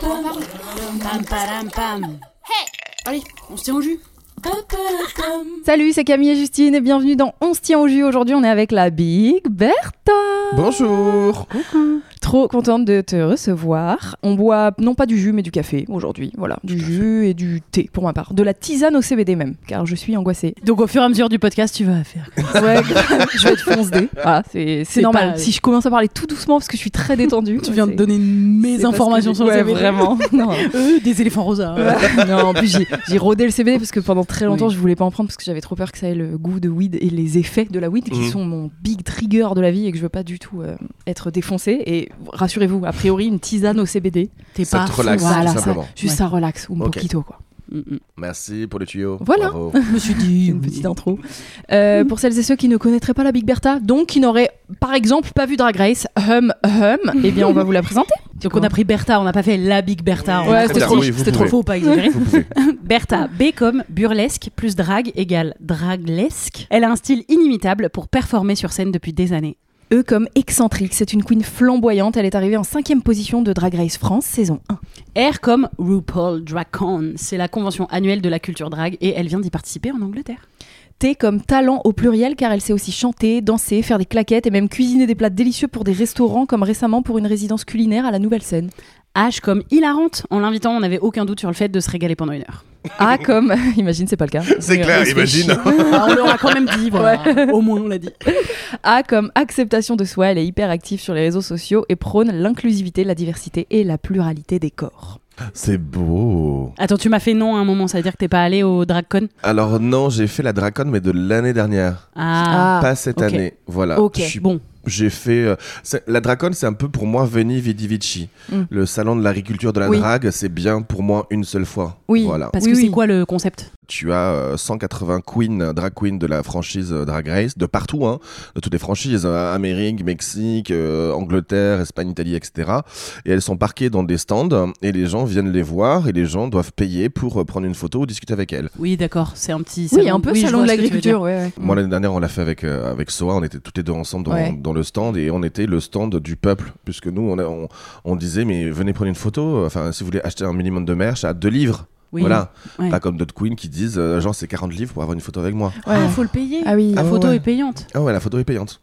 Pam, pam, pam. Allez, on se tient au jus. Salut, c'est Camille et Justine et bienvenue dans On se tient au jus. Aujourd'hui, on est avec la Big Bertha. Bonjour Trop contente de te recevoir. On boit non pas du jus mais du café aujourd'hui. Voilà, du jus et du thé pour ma part. De la tisane au CBD même, car je suis angoissée. Donc au fur et à mesure du podcast, tu vas faire. Ouais, grave, je vais être foncedée. Voilà, c'est c'est C'est normal. pas- Si je commence à parler tout doucement parce que je suis très détendue. Tu viens de c'est- donner c'est mes parce informations que- sur ouais, le CBD. vraiment. Non. Euh, des éléphants rosas. non, en plus j'ai- j'ai rodé le CBD parce que pendant très longtemps Oui. je voulais pas en prendre parce que j'avais trop peur que ça ait le goût de weed et les effets de la weed qui Mhm. sont mon big trigger de la vie et que je veux pas du tout euh, être défoncée. Et rassurez-vous, a priori une tisane au CBD, T'es Ça pas. te relaxe, voilà, tout ça- simplement. juste Ouais. ça relaxe ou un Ok. poquito quoi. Mm, Merci pour les tuyaux. Voilà. Bravo. Je me suis dit. Une petite intro. Euh, pour celles et ceux qui ne connaîtraient pas la Big Bertha, donc qui n'auraient par exemple pas vu Drag Race, hum hum, eh bien on va vous la présenter. Donc on a pris Bertha, on n'a pas fait la Big Bertha. Ouais, c'était Ah, trop- c'était trop faux, pas exagéré. Vous pouvez. Bertha, B comme burlesque plus drag égale draglesque. Elle a un style inimitable pour performer sur scène depuis des années. E comme excentrique, c'est une queen flamboyante, elle est arrivée en cinquième position de Drag Race France saison 1. R comme RuPaul Drag Con. C'est la convention annuelle de la culture drag et elle vient d'y participer en Angleterre. T comme talent au pluriel car elle sait aussi chanter, danser, faire des claquettes et même cuisiner des plats délicieux pour des restaurants comme récemment pour une résidence culinaire à la Nouvelle-Seine. H comme hilarante. En l'invitant, on n'avait aucun doute sur le fait de se régaler pendant une heure. A Ah, comme... Imagine, c'est pas le cas. Euh, C'est clair, imagine. Ah, on l'aura quand même dit, voilà. Au moins, on l'a dit. A Ah, comme acceptation de soi, elle est hyper active sur les réseaux sociaux et prône l'inclusivité, la diversité et la pluralité des corps. C'est beau. Attends, tu m'as fait non à un moment, ça veut dire que t'es pas allé au DragCon Alors non, j'ai fait la Dracon, mais de l'année dernière. Ah, pas cette ok. année. Voilà. ok. Je suis- Bon, J'ai fait... euh, c'est- La Dracon, c'est un peu pour moi Veni Vidi Vici. Mm. Le salon de l'agriculture de la Oui. drague, c'est bien pour moi une seule fois. Oui, Voilà. parce Oui, que oui. c'est quoi le concept Tu as euh, 180 queens, euh, drag queens de la franchise euh, Drag Race, de partout, hein, de toutes les franchises, euh, Amérique, Mexique, euh, Angleterre, Espagne, Italie, etc. Et elles sont parquées dans des stands euh, et les gens viennent les voir et les gens doivent payer pour euh, prendre une photo ou discuter avec elles. Oui, d'accord, c'est un petit. Oui, un peu je salon vois de ce que tu veux l'agriculture, ouais, Mm. ouais. Moi, l'année dernière, on l'a fait avec, euh, avec Soa, on était toutes les deux ensemble dans, Ouais. dans le stand et on était le stand du peuple, puisque nous, on, a- on, on disait, mais venez prendre une photo, enfin, si vous voulez acheter un minimum de merch à 2 livres. Oui. Voilà, Ouais. pas comme d'autres queens qui disent, euh, genre, c'est 40 livres pour avoir une photo avec moi. Ah, faut le payer. Ah oui, La Ah ouais, photo ouais. est payante. Ah ouais, la photo est payante.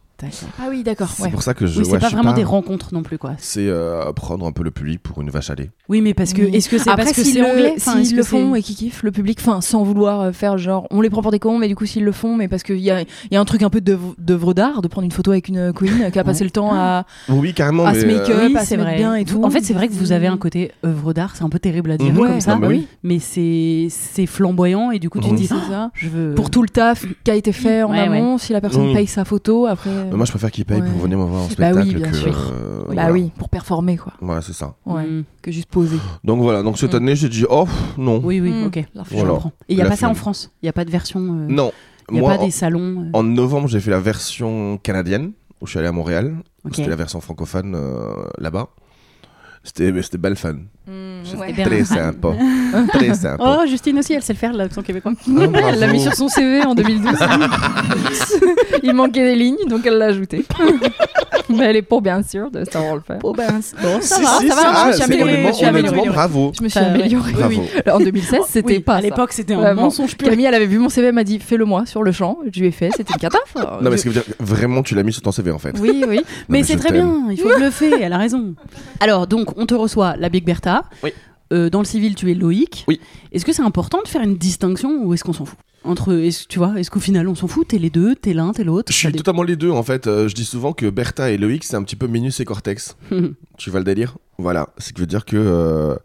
ah oui d'accord. C'est pour ça que je. Oui, c'est ouais, je pas suis vraiment des rencontres non plus, quoi. C'est euh, prendre un peu le public pour une vache à lait. Oui, mais parce que. Oui. Est-ce que c'est Après, parce que s'ils c'est le- anglais s'ils le font et qu'ils kiffent le public, enfin, sans vouloir euh, faire genre, on les prend pour des cons, mais du coup, s'ils le font, mais parce qu'il y a, il y a un truc un peu d'œuvre d'œuvre d'art, de prendre une photo avec une euh, queen euh, qui a passé le temps à, Oui, carrément. à mais, se euh, make-up, à se c'est mettre vrai. bien et tout. Mm. En fait, c'est vrai que vous avez un côté œuvre d'art, c'est un peu terrible à dire Mhm. comme Ouais. ça, Non, mais oui. mais c'est c'est flamboyant et du coup tu te Mhm. dis, C'est ça. je veux. Pour tout le taf qui a été fait en Ouais, amont, si la personne Mm. paye sa photo, après. mais Bah, moi, je préfère qu'ils payent Ouais. pour venir me voir en Bah spectacle. oui, bien que, sûr. euh, bah voilà. oui, pour performer, quoi. Voilà, c'est ça. Ouais. Mhm. Que juste poser. Donc voilà, donc cette Mm. année, j'ai dit, oh, pff, non. Oui, oui, Mhm. ok. La Je Voilà. comprends. Et il n'y a La pas ça Hmm. en flemme. France Il n'y a pas de version. euh, Non. Il n'y a Moi, pas en, des salons. euh, en novembre, j'ai fait la version canadienne, où je suis allé à Montréal. ok. C'était la version francophone euh, là-bas. C'était mais c'était belle fun. Mm, C'était ouais. très sympa. très sympa. Oh, Justine aussi, elle sait le faire, l'accent québécois. Ah, bravo. Oh, Elle l'a mis sur son CV en 2012. Il manquait des lignes, donc elle l'a ajouté. mais elle est pour, bien sûr, de savoir le faire. Oh, ben, Bon, Si, si, ça va, je me ah, suis c'est améliorée, honnêtement- je suis honnêtement, améliorée. Bravo. Je me suis Bah, ouais. améliorée. Bravo. En 2016, c'était Oui, pas. à ça. l'époque, c'était un Vraiment. mensonge pur. Camille, elle avait vu mon CV, elle m'a dit fais-le moi sur le champ. Je lui ai fait, c'était une catastrophe. Non, mais ce qui veut dire, vraiment, tu l'as mis sur ton CV en fait. Oui, oui. Mais, mais c'est je très t'aime. bien, il faut le faire, elle a raison. Alors, donc, on te reçoit la Big Bertha. Oui. Euh, dans le civil, tu es Loïc. Oui. Est-ce que c'est important de faire une distinction ou est-ce qu'on s'en fout Entre, est-ce, tu vois, est-ce qu'au final on s'en fout T'es les deux, t'es l'un, t'es l'autre. Je suis t'as des- totalement les deux en fait. Euh, je dis souvent que Bertha et Loïc c'est un petit peu Minus et Cortex. tu vois le délire Voilà. Ce qui veut dire que euh,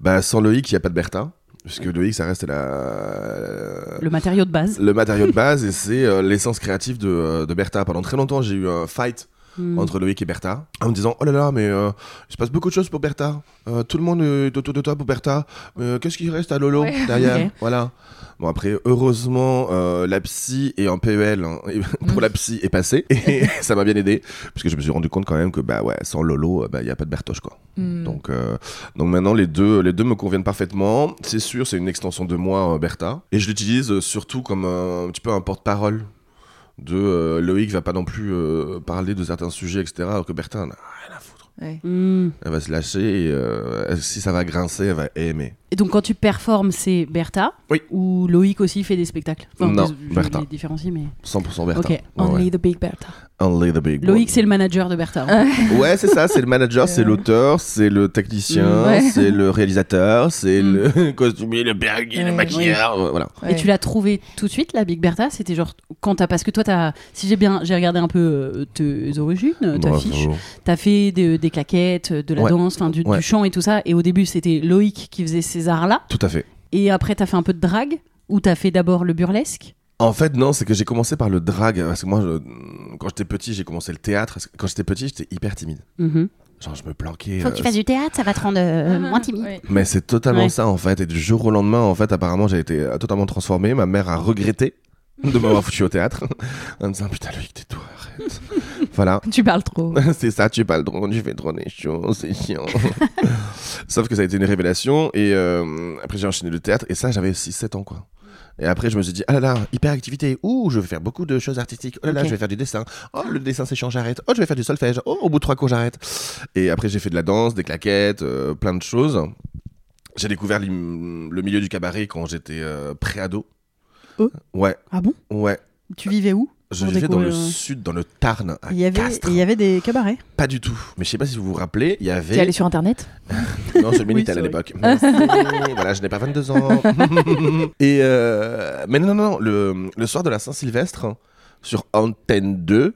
bah, sans Loïc il n'y a pas de Bertha. Puisque Loïc ça reste la... Le matériau de base. le matériau de base et c'est euh, l'essence créative de, euh, de Bertha. Pendant très longtemps j'ai eu un fight Hmm. entre Loïc et Bertha en me disant oh là là mais euh, il se passe beaucoup de choses pour Bertha. Euh, tout le monde est autour de toi pour Bertha. Euh, Qu'est-ce qui reste à Lolo Ouais. derrière Ok. Voilà. Bon après heureusement euh, la psy est en PEL hein, et pour Hmm. la psy est passée et ça m'a bien aidé parce que je me suis rendu compte quand même que bah ouais sans Lolo euh, bah il y a pas de Bertoche quoi. Hmm. Donc euh, donc maintenant les deux les deux me conviennent parfaitement. C'est sûr c'est une extension de moi euh, Bertha et je l'utilise euh, surtout comme euh, un petit peu un porte-parole de euh, Loïc va pas non plus euh, parler de certains sujets, etc. Alors que Bertha en a rien à foutre. Ouais. Hmm. Elle va se lâcher et euh, si ça va grincer, elle va aimer. Et donc quand tu performes, c'est Bertha Oui. Ou Loïc aussi fait des spectacles Non, des- je Bertha. les différencie, mais... 100% Bertha. Ok, Ouais, ouais. Only the big Bertha. Only the big Loïc, c'est le manager de Bertha. hein. en fait. one. Ouais, c'est ça, c'est le manager, c'est l'auteur, c'est le technicien, Mm, ouais. c'est le réalisateur, c'est Mm. le costumier, le perruquier, Ouais, le maquilleur, euh, voilà. Et tu l'as trouvé tout de suite, la Big Bertha C'était genre quand t'as. Parce que toi, t'as. Si j'ai bien. J'ai regardé un peu euh, tes origines, euh, ta Bravo. fiche. T'as fait de- des claquettes, euh, de la Bah, Ouais. danse, enfin, du, du Ouais. chant et tout ça. Et au début, c'était Loïc qui faisait ces arts-là. Tout à fait. Et après, t'as fait un peu de drague. Ou t'as fait d'abord le burlesque. En fait, non, c'est que j'ai commencé par le drag. Parce que moi, je- quand j'étais petit, j'ai commencé le théâtre. parce que Quand j'étais petit, j'étais hyper timide. Genre, je me planquais. euh, du théâtre, ça va te rendre euh, moins timide. Mais c'est totalement Ouais. ça en fait. Et du jour au lendemain, en fait, apparemment, j'ai été euh, totalement transformé. Ma mère a regretté de m'avoir foutu au théâtre en me disant putain Loïc tais-toi arrête voilà Tu parles trop. c'est ça tu es pas le drone tu fais trop des choses c'est chiant sauf que ça a été une révélation et euh, après j'ai enchaîné le théâtre et ça j'avais 6-7 ans quoi et après je me suis dit ah là là hyperactivité ouh je vais faire beaucoup de choses artistiques oh là là Ok. je vais faire du dessin oh le dessin c'est chiant j'arrête oh je vais faire du solfège oh au bout de trois cours j'arrête et après, j'ai fait de la danse, des claquettes, euh, plein de choses. J'ai découvert l'im- le milieu du cabaret quand j'étais euh, pré-ado. Oh. Ouais, Ah bon ouais. Tu vivais où Je Pour vivais dans le découvrir, euh, sud, dans le Tarn, à Il y, avait, Castres. il y avait des cabarets. Pas du tout. Mais je sais pas si vous vous rappelez, il y T'es avait... allé sur internet Non, c'est le Oui, Minitel à c'est l'époque. Merci. voilà, je n'ai pas 22 ans. Et euh, Mais non, non, non, le, le soir de la Saint-Sylvestre, sur Antenne 2,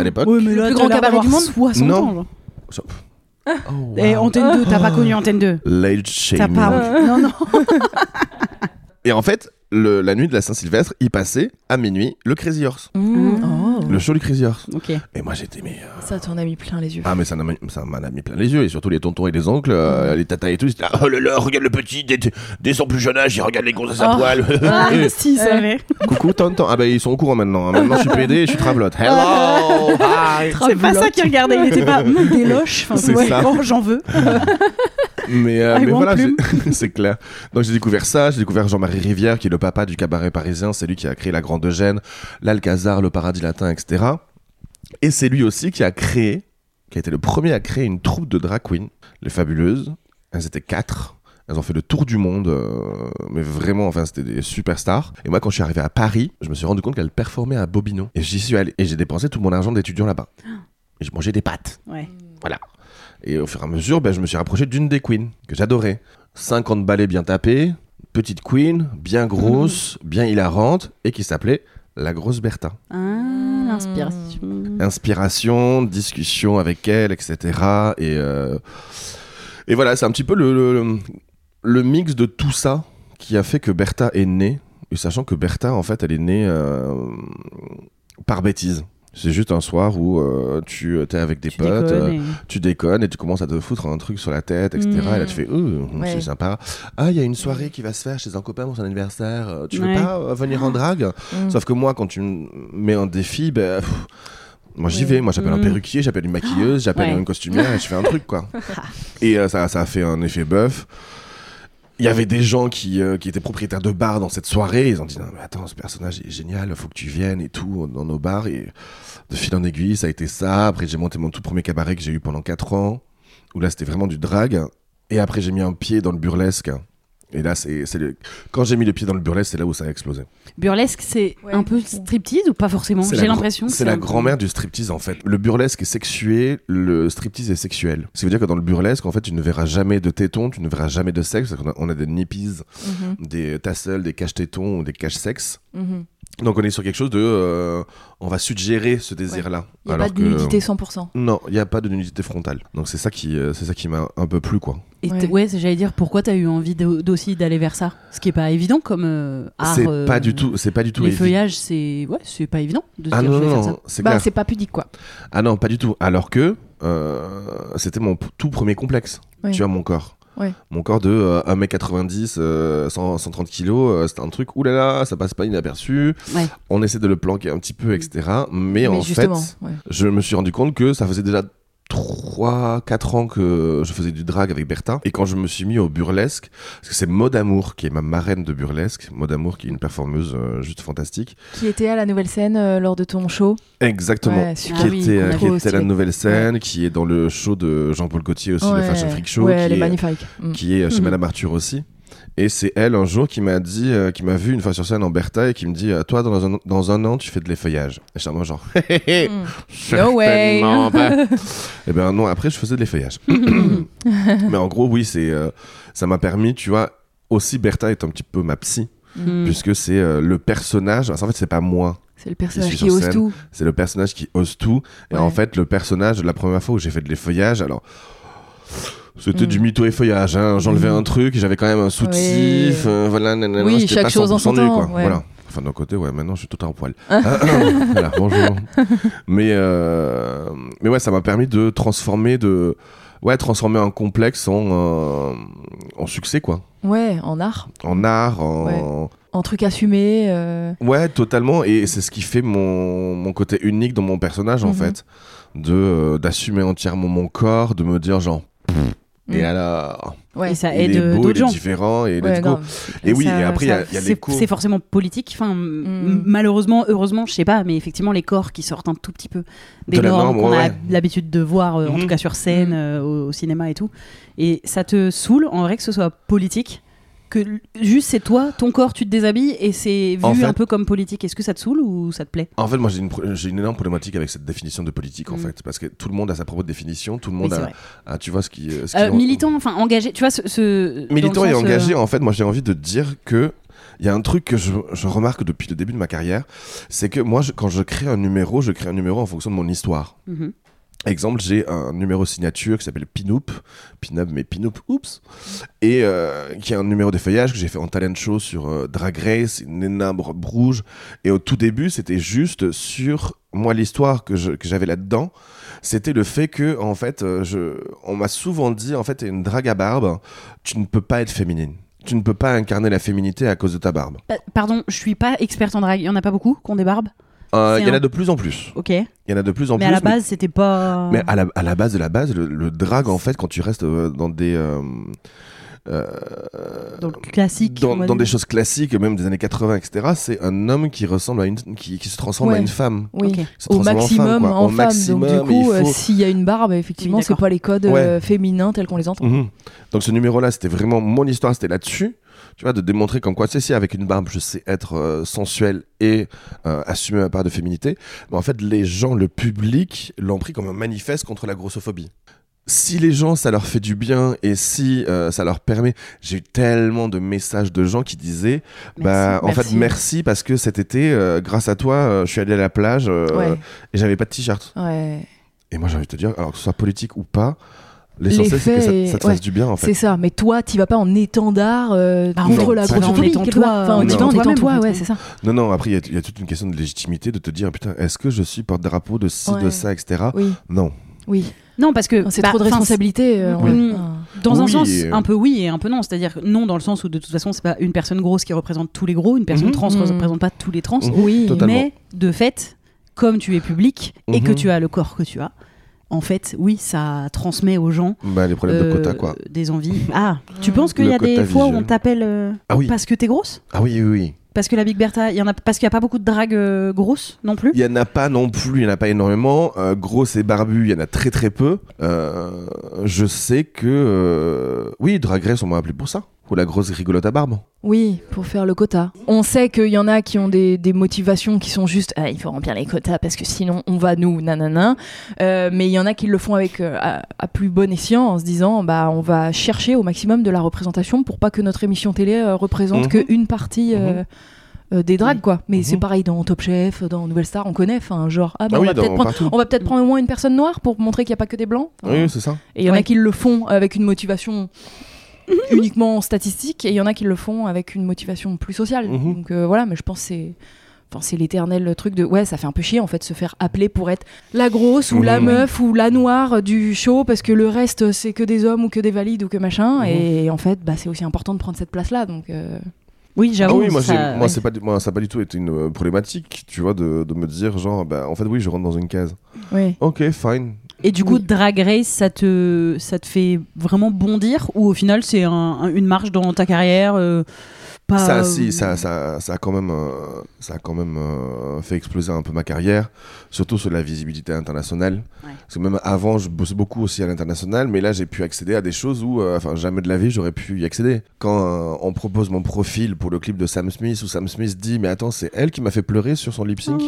à l'époque... Ouais, mais Le là, plus t'as grand l'air cabaret d'avoir du monde 60 Non. ans, genre. Oh, wow. Et Antenne 2, t'as pas connu Antenne 2. Late T'as shaming. pas. Non, non. Et en fait, le- la nuit de la Saint-Sylvestre, il passait à minuit le Crazy Horse. Mmh. Le show du Crazy Horse. Ok. Et moi j'étais mais... euh, Ça t'en a mis plein les yeux. Ah mais ça m'a- ça m'en a mis plein les yeux. Et surtout les tontons et les oncles, euh, les tatas et tout. ils étaient là, oh là là, regarde le petit, dès, dès son plus jeune âge, il regarde les gonzesses à Oh. poil. si, Ah, Ça va. Coucou tonton. Ah bah ils sont au courant maintenant. hein. Maintenant je suis PD, je suis travelote. Hello, hi. C'est pas ça qu'il regardait, il était pas Hum, des loches, enfin, C'est ouais, ça. oh, j'en veux. Mais, euh, I mais want voilà, plume. j'ai- c'est clair. Donc j'ai découvert ça, j'ai découvert Jean-Marie Rivière, qui est le papa du cabaret parisien, c'est lui qui a créé la Grande Eugène, l'Alcazar, le Paradis Latin, etc. Et c'est lui aussi qui a créé, qui a été le premier à créer une troupe de drag queens, les Fabuleuses. Elles étaient quatre. Elles ont fait le tour du monde, euh, mais vraiment, enfin, c'était des superstars. Et moi, quand je suis arrivé à Paris, je me suis rendu compte qu'elles performaient à Bobino. Et j'y suis allé, et j'ai dépensé tout mon argent d'étudiant là-bas. Ah. Et je mangeais des pâtes. Ouais. Voilà. Et au fur et à mesure, ben, je me suis rapproché d'une des queens que j'adorais. 50 ballets bien tapés, petite queen, bien grosse, Mhm. bien hilarante, et qui s'appelait la grosse Bertha. Ah, l'inspiration. Inspiration, discussion avec elle, etc. Et, euh, et voilà, c'est un petit peu le, le, le mix de tout ça qui a fait que Bertha est née. Et sachant que Bertha, en fait, elle est née euh, par bêtise. C'est juste un soir où euh, tu es avec des Tu potes. euh, déconnes et- tu déconnes et tu commences à te foutre un truc sur la tête, etc. Mhm. Et là, tu fais, Ouh, c'est Ouais. sympa. Ah, il y a une soirée qui va se faire chez un copain pour son anniversaire. Euh, Tu veux Ouais. pas euh, venir en drague Mhm. Sauf que moi, quand tu me mets un défi, ben, pff, moi j'y Ouais. Mm. vais. Moi, j'appelle un Mhm. perruquier, j'appelle une maquilleuse, j'appelle Ouais. une costumière et je fais un truc, quoi. et euh, ça, ça a fait un effet bœuf. Il y avait des gens qui, euh, qui étaient propriétaires de bars dans cette soirée. Ils ont dit non mais attends ce personnage est génial, faut que tu viennes et tout dans nos bars et de fil en aiguille ça a été ça. Après j'ai monté mon tout premier cabaret que j'ai eu pendant 4 ans où là c'était vraiment du drag. Et après j'ai mis un pied dans le burlesque. Et là c'est c'est le... quand j'ai mis le pied dans le burlesque c'est là où ça a explosé. Burlesque, c'est Ouais. un peu striptease ou pas forcément C'est J'ai la gr- l'impression. que C'est la un- grand-mère du striptease en fait. Le burlesque est sexué, le striptease est sexuel. Ce qui veut dire que dans le burlesque en fait tu ne verras jamais de tétons, tu ne verras jamais de sexe. parce qu'on a- On a, des nippies, Mhm. des tassels, des caches tétons ou des caches sexes. Mhm. Donc on est sur quelque chose de, euh, on va suggérer ce désir-là. Y a pas de nudité euh, 100%. Non, il n'y a pas de nudité frontale. Donc c'est ça qui, euh, c'est ça qui m'a un peu plu quoi. Et Ouais. t- ouais, c'est- j'allais dire pourquoi t'as eu envie d'au- d'aussi d'aller vers ça Ce qui est pas évident comme euh, art. C'est euh, pas du tout, c'est pas du tout. Les évi- feuillages, c'est ouais, c'est pas évident de se Ah dire non je vais non faire non, c'est Bah, clair. c'est pas pudique quoi. Ah non, pas du tout. Alors que euh, c'était mon p- tout premier complexe. Oui. Tu vois, mon corps. Ouais. Mon corps de euh, 1m90, euh, 100 130 kg, euh, c'était un truc, oulala, ça passe pas inaperçu. Ouais. On essaie de le planquer un petit peu, etc. Mais, Mais en justement, fait, ouais. je me suis rendu compte que ça faisait déjà 3, 4 ans que je faisais du drag avec Bertin. Et quand je me suis mis au burlesque, parce que c'est Maud Amour qui est ma marraine de burlesque, Maud Amour qui est une performeuse euh, juste fantastique. Qui était à la nouvelle scène euh, lors de ton show. Exactement. Ouais, qui super. était, oui, euh, qui trop était à la stylé. nouvelle scène, qui est dans le show de Jean-Paul Gaultier aussi, le Ouais. Fashion Freak Show, Ouais, qui elle est est- magnifique. Mm. qui est euh, chez Mhm. Madame Arthur aussi. Et c'est elle un jour qui m'a dit, euh, qui m'a vu une fois sur scène en Bertha et qui me dit, euh, toi dans un, dans un an tu fais de l'effeuillage. Et j'étais en mode genre, hé hé hé, Mm. certainement way. pas. et ben non, après je faisais de l'effeuillage. Mais en gros oui, c'est, euh, ça m'a permis, tu vois, aussi Bertha est un petit peu ma psy Mm. puisque c'est euh, le personnage. enfin, en fait c'est pas moi, C'est le Je personnage suis qui sur ose scène. tout. c'est le personnage qui ose tout. Et Ouais. en fait le personnage, la première fois où j'ai fait de l'effeuillage, alors. C'était Mm. du mytho effeuillage. Hein. J'enlevais Mm. un truc, j'avais quand même un soutif. Oui. euh, voilà, nanana, Oui, c'était chaque pas chose en son 100% nul, temps, quoi. ouais. Voilà. Enfin, d'un côté, ouais, maintenant je suis tout en poil. Ah, voilà, bonjour. Mais, euh, mais ouais, ça m'a permis de transformer de. Ouais, transformer un complexe en, euh, en succès, quoi. Ouais, en art. En art, en. En truc assumé. euh, Ouais, totalement. Et c'est ce qui fait mon, mon côté unique dans mon personnage, en Mhm. fait. de euh, D'assumer entièrement mon corps, de me dire, genre. pff, Et Mm. alors Ouais. Mhm. Et ça il aide est euh, beau, d'autres il est gens. différent et let's Ouais, go. grave. Et oui, Ça- et après, il y a- il y a c'est- les cours. C'est forcément politique. Enfin, m- Mm. malheureusement, heureusement, je sais pas, mais effectivement, les corps qui sortent un tout petit peu des De la normes norme, qu'on ouais, a ouais. l'habitude de voir, euh, en Mhm. tout cas sur scène, Mm. euh, au, au cinéma et tout. Et ça te saoule, en vrai, que ce soit politique que l- juste c'est toi, ton corps, tu te déshabilles et c'est vu En fait- un peu comme politique. Est-ce que ça te saoule ou ça te plaît En fait, moi, j'ai une, pro- j'ai une énorme problématique avec cette définition de politique, en Mm. fait, parce que tout le monde a sa propre définition, tout le Oui, monde c'est a, vrai. a- tu vois, ce qui, ce qui Euh, en- militant, enfin engagé, tu vois, ce, ce- dans militant le et sens, euh, engagé. En fait, moi, j'ai envie de dire que il y a un truc que je, je remarque depuis le début de ma carrière, c'est que moi, je- quand je crée un numéro, je crée un numéro en fonction de mon histoire. mhm. Exemple, j'ai un numéro signature qui s'appelle Pinup, Pinup mais Pinup, oups, et euh, qui est un numéro de feuillage que j'ai fait en talent show sur euh, Drag Race, une énorme robe rouge. Et au tout début, c'était juste sur moi l'histoire que je- que j'avais là-dedans. C'était le fait que en fait, euh, je, on m'a souvent dit en fait, t'es une drague à barbe, tu ne peux pas être féminine, tu ne peux pas incarner la féminité à cause de ta barbe. Pa- Bah, Pardon, je suis pas experte en drague. Il y en a pas beaucoup qu'on débarbe. Euh, C'est Il y en un- a de plus en plus. Ok. mais Il y en a de plus en à plus. la base, c'était pas. Mais à la, à la base de la base, le, le drag, en fait, quand tu restes euh, dans des. euh, euh, dans le classique. dans, moi, dans de- des choses classiques, même des années 80, etc., c'est un homme qui ressemble à une. qui, qui se transforme à Ouais. une femme. Oui. Ok. Se Au transforme maximum quoi. en Au femme. maximum, donc, du coup, il euh, faut- s'il y a une barbe, effectivement, Oui, c'est d'accord. pas les codes euh, féminins tels qu'on les entend. Mhm. Donc ce numéro-là, c'était vraiment mon histoire, c'était là-dessus. Tu vois, de démontrer qu'en quoi, tu sais, si avec une barbe, je sais être euh, sensuel et euh, assumer ma part de féminité, mais en fait, les gens, le public, l'ont pris comme un manifeste contre la grossophobie. Si les gens, ça leur fait du bien et si euh, ça leur permet, j'ai eu tellement de messages de gens qui disaient, bah, en fait, merci parce que cet été, euh, grâce à toi, euh, je suis allé à la plage euh, Ouais. et j'avais pas de t-shirt. Ouais. Et moi, j'ai envie de te dire, alors que ce soit politique ou pas, L'effet l'essentiel, c'est que ça, est- ça te ouais. fasse du bien, en fait. C'est ça, mais toi, t'y vas pas en étendard euh, Bah, contre non, la t'y vas en grossophobie. étant quelque toi, part. Enfin, en en étant étant toi-même, en toi, fait, ouais, ouais. c'est ça. Non, non, après, il y a- il y, a toute une question de légitimité de te dire, putain, est-ce que je suis porte-drapeau de ci, de Ouais. ça, etc. Oui, Non. oui. Non, parce que Oh, C'est bah, trop de enfin, responsabilité. euh, Oui. ouais. Mm. Dans un Oui, sens, et- un peu oui et un peu non. C'est-à-dire que non dans le sens où de toute façon, c'est pas une personne grosse qui représente tous les gros, une personne Mhm. trans Mhm. ne représente pas tous les trans. Mhm. Oui, Totalement. Mais de fait, comme tu es public et que Mhm. tu as le corps que tu as, en fait, oui, ça transmet aux gens Bah, les problèmes de euh, quota, quoi. des envies. Ah, tu penses qu'il Le y a des quota fois où visuel. on t'appelle euh, Ah oui. parce que t'es grosse Ah oui, oui, oui. Parce que la Big Bertha, il y en a parce qu'il y a pas beaucoup de drague euh, grosses non plus. Il y en a pas non plus, il y en a pas énormément. Euh, grosse et barbu, il y en a très très peu. Euh, je sais que. euh, Oui, Drag Race, on m'a appelé pour ça. Ou la grosse rigolote à barbe. oui, pour faire le quota. On sait qu'il y en a qui ont des, des motivations qui sont juste Ah, il faut remplir les quotas parce que sinon on va nous nanana. Euh, mais il y en a qui le font avec euh, à, à plus bon escient en se disant bah on va chercher au maximum de la représentation pour pas que notre émission télé euh, représente Mhm. qu'une partie. euh, euh, des dragues quoi mais Mhm. c'est pareil dans Top Chef dans Nouvelle Star on connaît enfin genre ah bah, on oui, va dans- peut-être prendre partout. On va peut-être prendre au moins une personne noire pour montrer qu'il n'y a pas que des blancs. Oui, c'est ça. Et il y en a Ouais. qui le font avec une motivation uniquement statistique, et il y en a qui le font avec une motivation plus sociale. Mhm. Donc euh, voilà, mais je pense que c'est. enfin, c'est l'éternel truc de ouais, ça fait un peu chier en fait de se faire appeler pour être la grosse ou la Mhm. meuf ou la noire du show parce que le reste c'est que des hommes ou que des valides ou que machin. Mhm. Et en fait, bah, c'est aussi important de prendre cette place là. Donc euh, Oui, Ah j'avoue. oui, moi, ça- j'ai- moi, ouais. c'est pas, du- moi, ça n'a pas du tout été une euh, problématique, tu vois, de, de me dire, genre, bah, en fait, oui, je rentre dans une case. ouais. Ok, fine. Et du coup, Oui. Drag Race, ça te, ça te fait vraiment bondir ou au final, c'est un- un- une marche dans ta carrière euh, pas, Ça, euh, si, ça, ça, ça a quand même, euh, ça a quand même euh, fait exploser un peu ma carrière, surtout sur la visibilité internationale. Ouais. Parce que même avant, je bossais beaucoup aussi à l'international, mais là, j'ai pu accéder à des choses où, euh, enfin, jamais de la vie, j'aurais pu y accéder. Quand euh, on propose mon profil pour le clip de Sam Smith, où Sam Smith dit, mais attends, c'est elle qui m'a fait pleurer sur son lip sync.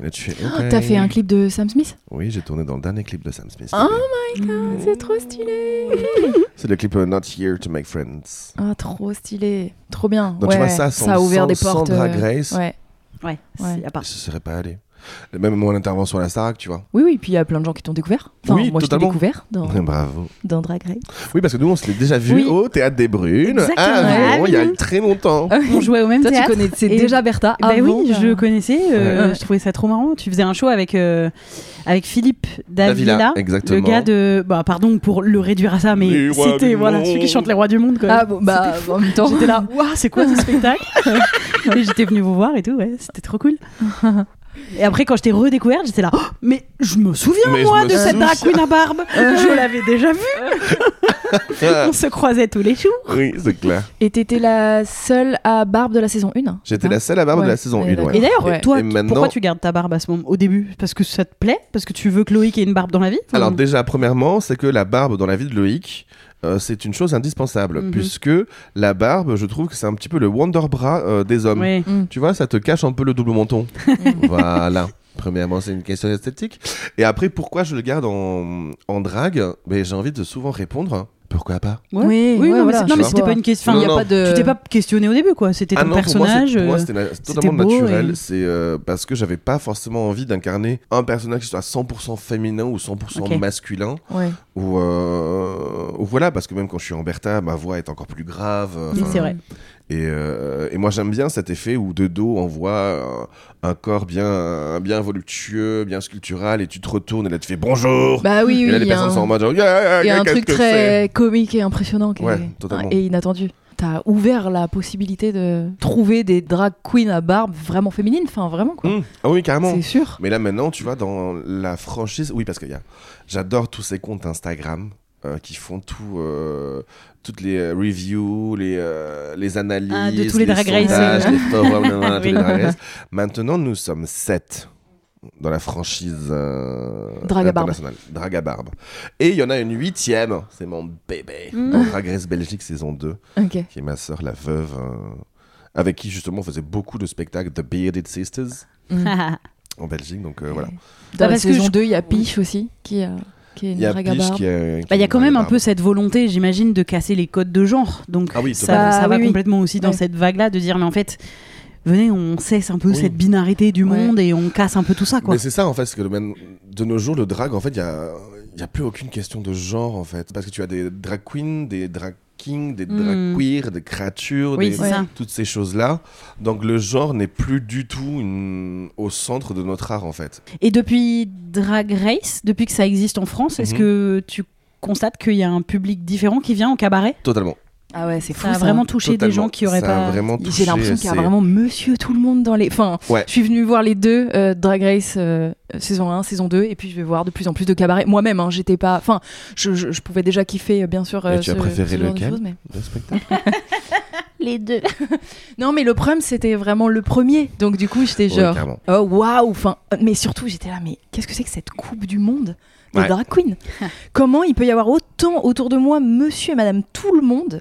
Et là, tu fais, ok. Oh. Ah, T'as fait un clip de Sam Smith Oui, j'ai tourné dans le dernier clip de Sam Smith. Oh C'est trop stylé C'est le clip euh, Not Here to Make Friends. Ah, trop stylé Trop bien Donc ouais, tu vois ouais. ça, sans, a ouvert sans- des sans portes. Drag euh, Race, ouais. Ouais, Ouais. c'est à part. je serais pas allé. Même mon intervention à la Starac, tu vois. Oui, oui, puis il y a plein de gens qui t'ont découvert. Enfin, Oui, moi, je t'ai totalement. découvert dans, Bravo. dans Drag Race. Oui, parce que nous, on se l'est déjà vu Oh. Oui. au Théâtre des Brunes, Exactement. Ah Euh, à Avignon, Ouais, il y a Avignon. très longtemps. On jouait au même Toi, tu théâtre. connais, c'est et- déjà Bertha. Bah avant, oui, euh, je connaissais. euh, Ouais. Je trouvais ça trop marrant. Tu faisais un show avec, euh, avec Philippe Davila. exactement. Le gars de. Bah, pardon pour le réduire à ça, mais Les rois c'était du voilà, monde. celui qui chante Les Rois du Monde. Quoi. Ah, bon, bah, en même temps. J'étais là, waouh, c'est quoi ce spectacle Et j'étais venue vous voir et tout, ouais, c'était trop cool. Et après, quand je t'ai redécouverte, j'étais là, Oh, mais je me souviens, Mais je moi, me de cette souviens. drag queen à barbe Je l'avais déjà vue, Ah, on se croisait tous les jours. oui, c'est clair. Et t'étais la seule à barbe de la saison 1. J'étais la seule à barbe Ouais. de la saison Ouais, 1. d'accord. ouais. Et d'ailleurs, Ouais. Eh, toi, Et tu- maintenant- pourquoi tu gardes ta barbe à ce moment, au début Parce que ça te plaît Parce que tu veux que Loïc ait une barbe dans la vie Alors Ou- déjà, premièrement, c'est que la barbe dans la vie de Loïc, euh, c'est une chose indispensable, Mhm. puisque la barbe, je trouve que c'est un petit peu le wonder bra euh, des hommes. Ouais. Tu vois, ça te cache un peu le double menton. voilà. Premièrement, c'est une question esthétique. Et après, pourquoi je le garde en, en drague Mais J'ai envie de souvent répondre, pourquoi pas Ouais. Oui, oui, euh, ouais, non, voilà, mais c'est- non, tu mais vois. c'était pas une question. Non, y a non. pas de- Tu t'es pas questionné au début, quoi. C'était Ah ton non, pour moi, personnage. c'est- Pour moi, euh, c'était na- c'était totalement beau naturel. et- C'est euh, parce que j'avais pas forcément envie d'incarner un personnage qui soit 100% féminin ou 100% Ok. masculin. Ouais. Ou, euh, ou voilà, parce que même quand je suis en Bertha, ma voix est encore plus grave. euh, Oui, enfin, c'est vrai. Et, euh, et moi, j'aime bien cet effet où de dos, on voit euh, un corps bien, bien voluptueux, bien sculptural, et tu te retournes et là, tu fais bonjour. Bah oui, oui. et là, il les y a personnes un- sont en mode genre, Yeah, Il y a un qu'est-ce truc que c'est très comique et impressionnant qui Ouais, est... totalement. et inattendu. T'as ouvert la possibilité de trouver des drag queens à barbe vraiment féminines, enfin vraiment quoi. Mmh. Ah oui, carrément. C'est sûr. Mais là maintenant, tu vois, dans la franchise, oui, parce qu'il y a, j'adore tous ces comptes Instagram euh, qui font tout, euh, toutes les euh, reviews, les, euh, les analyses, Ah, de tous les Drag Race, sondages, oui. les forums, nanana, tous les Oui. Drag Race. Maintenant, nous sommes sept dans la franchise euh, Drag à barbe. internationale, Drag à barbe. Et il y en a une huitième, c'est mon bébé, Mm. dans Drag Race Belgique saison 2 Ok. qui est ma sœur, la veuve, euh, avec qui justement on faisait beaucoup de spectacles, The Bearded Sisters en Belgique, donc euh, voilà. Bah, Dans la parce que saison je- 2, il y a Piche aussi qui, euh, qui est une Il y a drague à Biche barbe. qui est- qui Bah, Il y est a quand dans même les un bars. peu cette volonté, j'imagine, de casser les codes de genre. Donc Ah oui, ça, totalement. ça Ah va oui, oui. complètement aussi dans Ouais. cette vague-là de dire, mais en fait, venez, on cesse un peu Oui. cette binarité du Ouais. monde et on casse un peu tout ça, quoi. Mais c'est ça en fait, parce que le même- de nos jours, le drag, en fait, il n'y a... il y a plus aucune question de genre en fait. Parce que tu as des drag queens, des drag kings, des Hmm. drag queer, des créatures, Oui, des- c'est Ouais. ça. toutes ces choses-là. Donc le genre n'est plus du tout une- au centre de notre art en fait. Et depuis Drag Race, depuis que ça existe en France, est-ce Mhm. que tu constates qu'il y a un public différent qui vient au cabaret Totalement. Ah ouais, c'est fou. Ça a ça. vraiment touché des gens qui auraient ça a pas. Vraiment touché, J'ai l'impression qu'il y a c'est- vraiment monsieur tout le monde dans les. Enfin, Ouais. je suis venue voir les deux, euh, Drag Race euh, saison 1, saison 2, et puis je vais voir de plus en plus de cabarets. Moi-même, hein, j'étais pas. Enfin, je, je- je pouvais déjà kiffer, euh, bien sûr. Et euh, tu as ce- préféré ce genre de lequel choses, mais- Le spectacle. Les deux. non, mais le problème, c'était vraiment le premier. Donc, du coup, j'étais Oui, genre. carrément. Oh waouh, enfin, euh, mais surtout j'étais là, mais qu'est-ce que c'est que cette coupe du monde des Ouais. drag queens Comment il peut y avoir autant autour de moi, monsieur et madame, tout le monde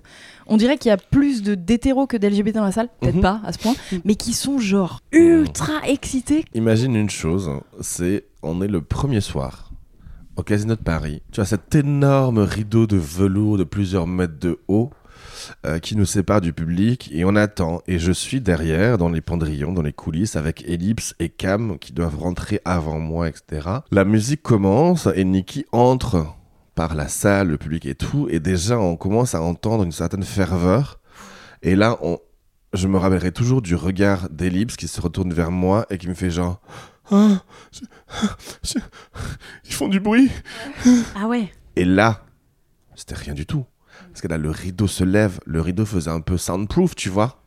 On dirait qu'il y a plus de d'hétéros que d'LGBT dans la salle, peut-être Mhm. pas à ce point, Mhm. mais qui sont genre ultra excités. Imagine une chose, c'est on est le premier soir au Casino de Paris. Tu as cet énorme rideau de velours de plusieurs mètres de haut euh, qui nous sépare du public et on attend. Et je suis derrière dans les pendrillons, dans les coulisses avec Ellipse et Cam qui doivent rentrer avant moi, etc. La musique commence et Nikki entre par la salle, le public et tout. Et déjà, on commence à entendre une certaine ferveur. Et là, on... je me rappellerai toujours du regard d'Ellipse qui se retourne vers moi et qui me fait genre. Ah, je- ah, je- Ils font du bruit. Ah ouais Et là, c'était rien du tout. Parce que là, le rideau se lève. Le rideau faisait un peu soundproof, tu vois.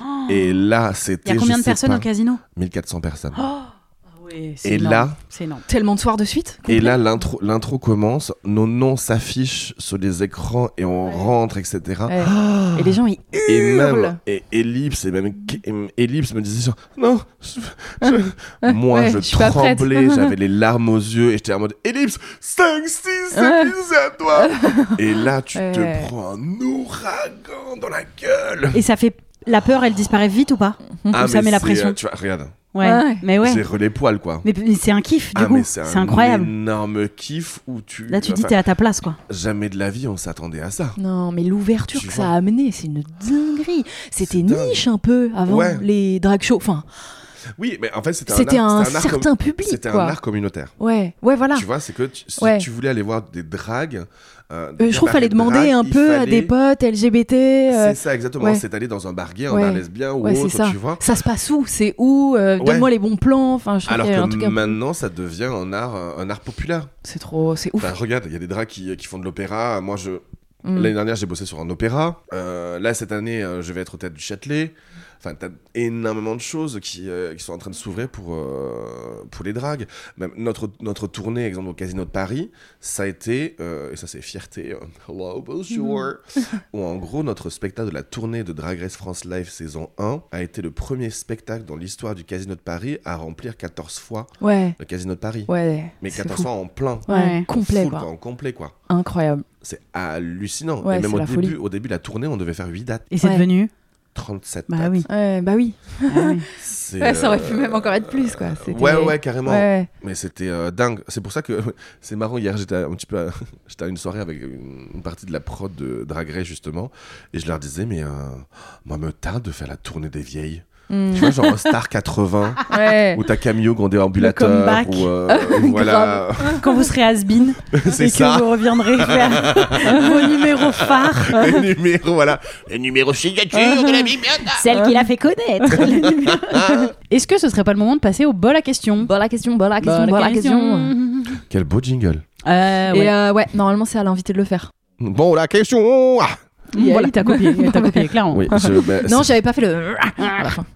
Oh. Et là, Il y c'était. a je combien de sais personnes pas, au casino 1400 personnes. Oh. Oui, Et énorme. là- C'est énorme. Tellement de soirs de suite Et là, l'intro l'intro commence, nos noms s'affichent sur les écrans et on rentre, etc. Ouais. Et Ah. les gens, ils Et hurlent. même et Ellipse, et même Ellipse me disait genre, non, je- je- moi Ouais, je je suis pas prête. tremblais, j'avais les larmes aux yeux et j'étais en mode Ellipse, 5, 6, 7, Ouais. c'est à toi. et là tu Ouais. te prends un ouragan dans la gueule. Et ça fait. La peur, elle disparaît vite ou pas Ou ça mais met la c'est, pression. euh, tu vois, regarde, Ouais. Ouais. Mais ouais. j'ai les poils quoi. Mais, mais c'est un kiff, du ah coup. mais c'est, C'est un incroyable. énorme kiff où tu. Là, tu dis, enfin, t'es à ta place, quoi. jamais de la vie on s'attendait à ça. Non, mais l'ouverture Tu que vois. ça a amené, c'est une dinguerie. C'était C'est dingue. niche un peu avant Ouais. les drag shows. Enfin, Oui, mais en fait c'était un, c'était art- un, c'était art com- certain public. c'était un quoi. art communautaire. Ouais, ouais, voilà. Tu vois, c'est que tu- si Ouais. tu voulais aller voir des dragues. euh, Euh, des je trouve qu'il cabarets fallait de demander drague, un il peu à fallait- des potes LGBT. euh, C'est ça, exactement. ouais. C'est aller dans un bar gay, un Ouais. bar lesbien ou ouais, c'est autre, ça. tu vois. Ça se passe où C'est où Euh, Ouais. Donne-moi les bons plans. Enfin, je trouve Alors qu'il y a un truc. que un peu- maintenant, ça devient un art, euh, un art populaire. C'est trop, c'est ouf. Enfin, Bah, regarde, il y a des drags qui, qui font de l'opéra. Moi, je Mm. l'année dernière, j'ai bossé sur un opéra. Euh, là, cette année, euh, je vais être au théâtre du Châtelet. Enfin, t'as énormément de choses qui, euh, qui sont en train de s'ouvrir pour, euh, pour les dragues. Même notre, notre tournée, exemple, au Casino de Paris, ça a été, euh, et ça c'est fierté, euh, hello, bonjour, Mm. où en gros, notre spectacle de la tournée de Drag Race France Live saison 1 a été le premier spectacle dans l'histoire du Casino de Paris à remplir 14 fois Ouais, le Casino de Paris. ouais. Mais c'est 14 fou. fois en plein. Ouais, Ouais. complet, Full, quoi. En complet, quoi. Incroyable. C'est hallucinant. Ouais, et même c'est au la début, folie. au début, la tournée, on devait faire 8 dates. Et c'est Ouais. devenu. 37 Bah dates. oui. Ouais, bah oui. Ah oui. C'est, Ouais, ça aurait pu euh, même encore être plus, quoi. C'était- Ouais, ouais, carrément. Ouais. Mais c'était euh, dingue. C'est pour ça que c'est marrant. Hier, j'étais un petit peu, à- j'étais à une soirée avec une, une partie de la prod de Drag Race justement, et je leur disais, mais euh, moi, me tarde de faire la tournée des vieilles. Mm. Tu vois, genre Star 80 Ouais. où t'as Camille en déambulateur, comeback. ou euh, voilà, Quand vous serez has-been c'est et ça. que vous reviendrez faire vos numéros phares, Le numéro, voilà. Le numéro signature de la bibliothèque. celle qui l'a fait connaître. les numéros. Est-ce que ce serait pas le moment de passer au bol à question Bon, la question, bon, la question, Bol à bon, la question. question. Quel beau jingle. Euh, ouais. Et euh, ouais, normalement, c'est à l'invité de le faire. Bon, la question. Ah Il- Voilà. Il t'a copié, il t'a copié, clairement. oui, je, ben, Non, j'avais pas fait le. à la fin.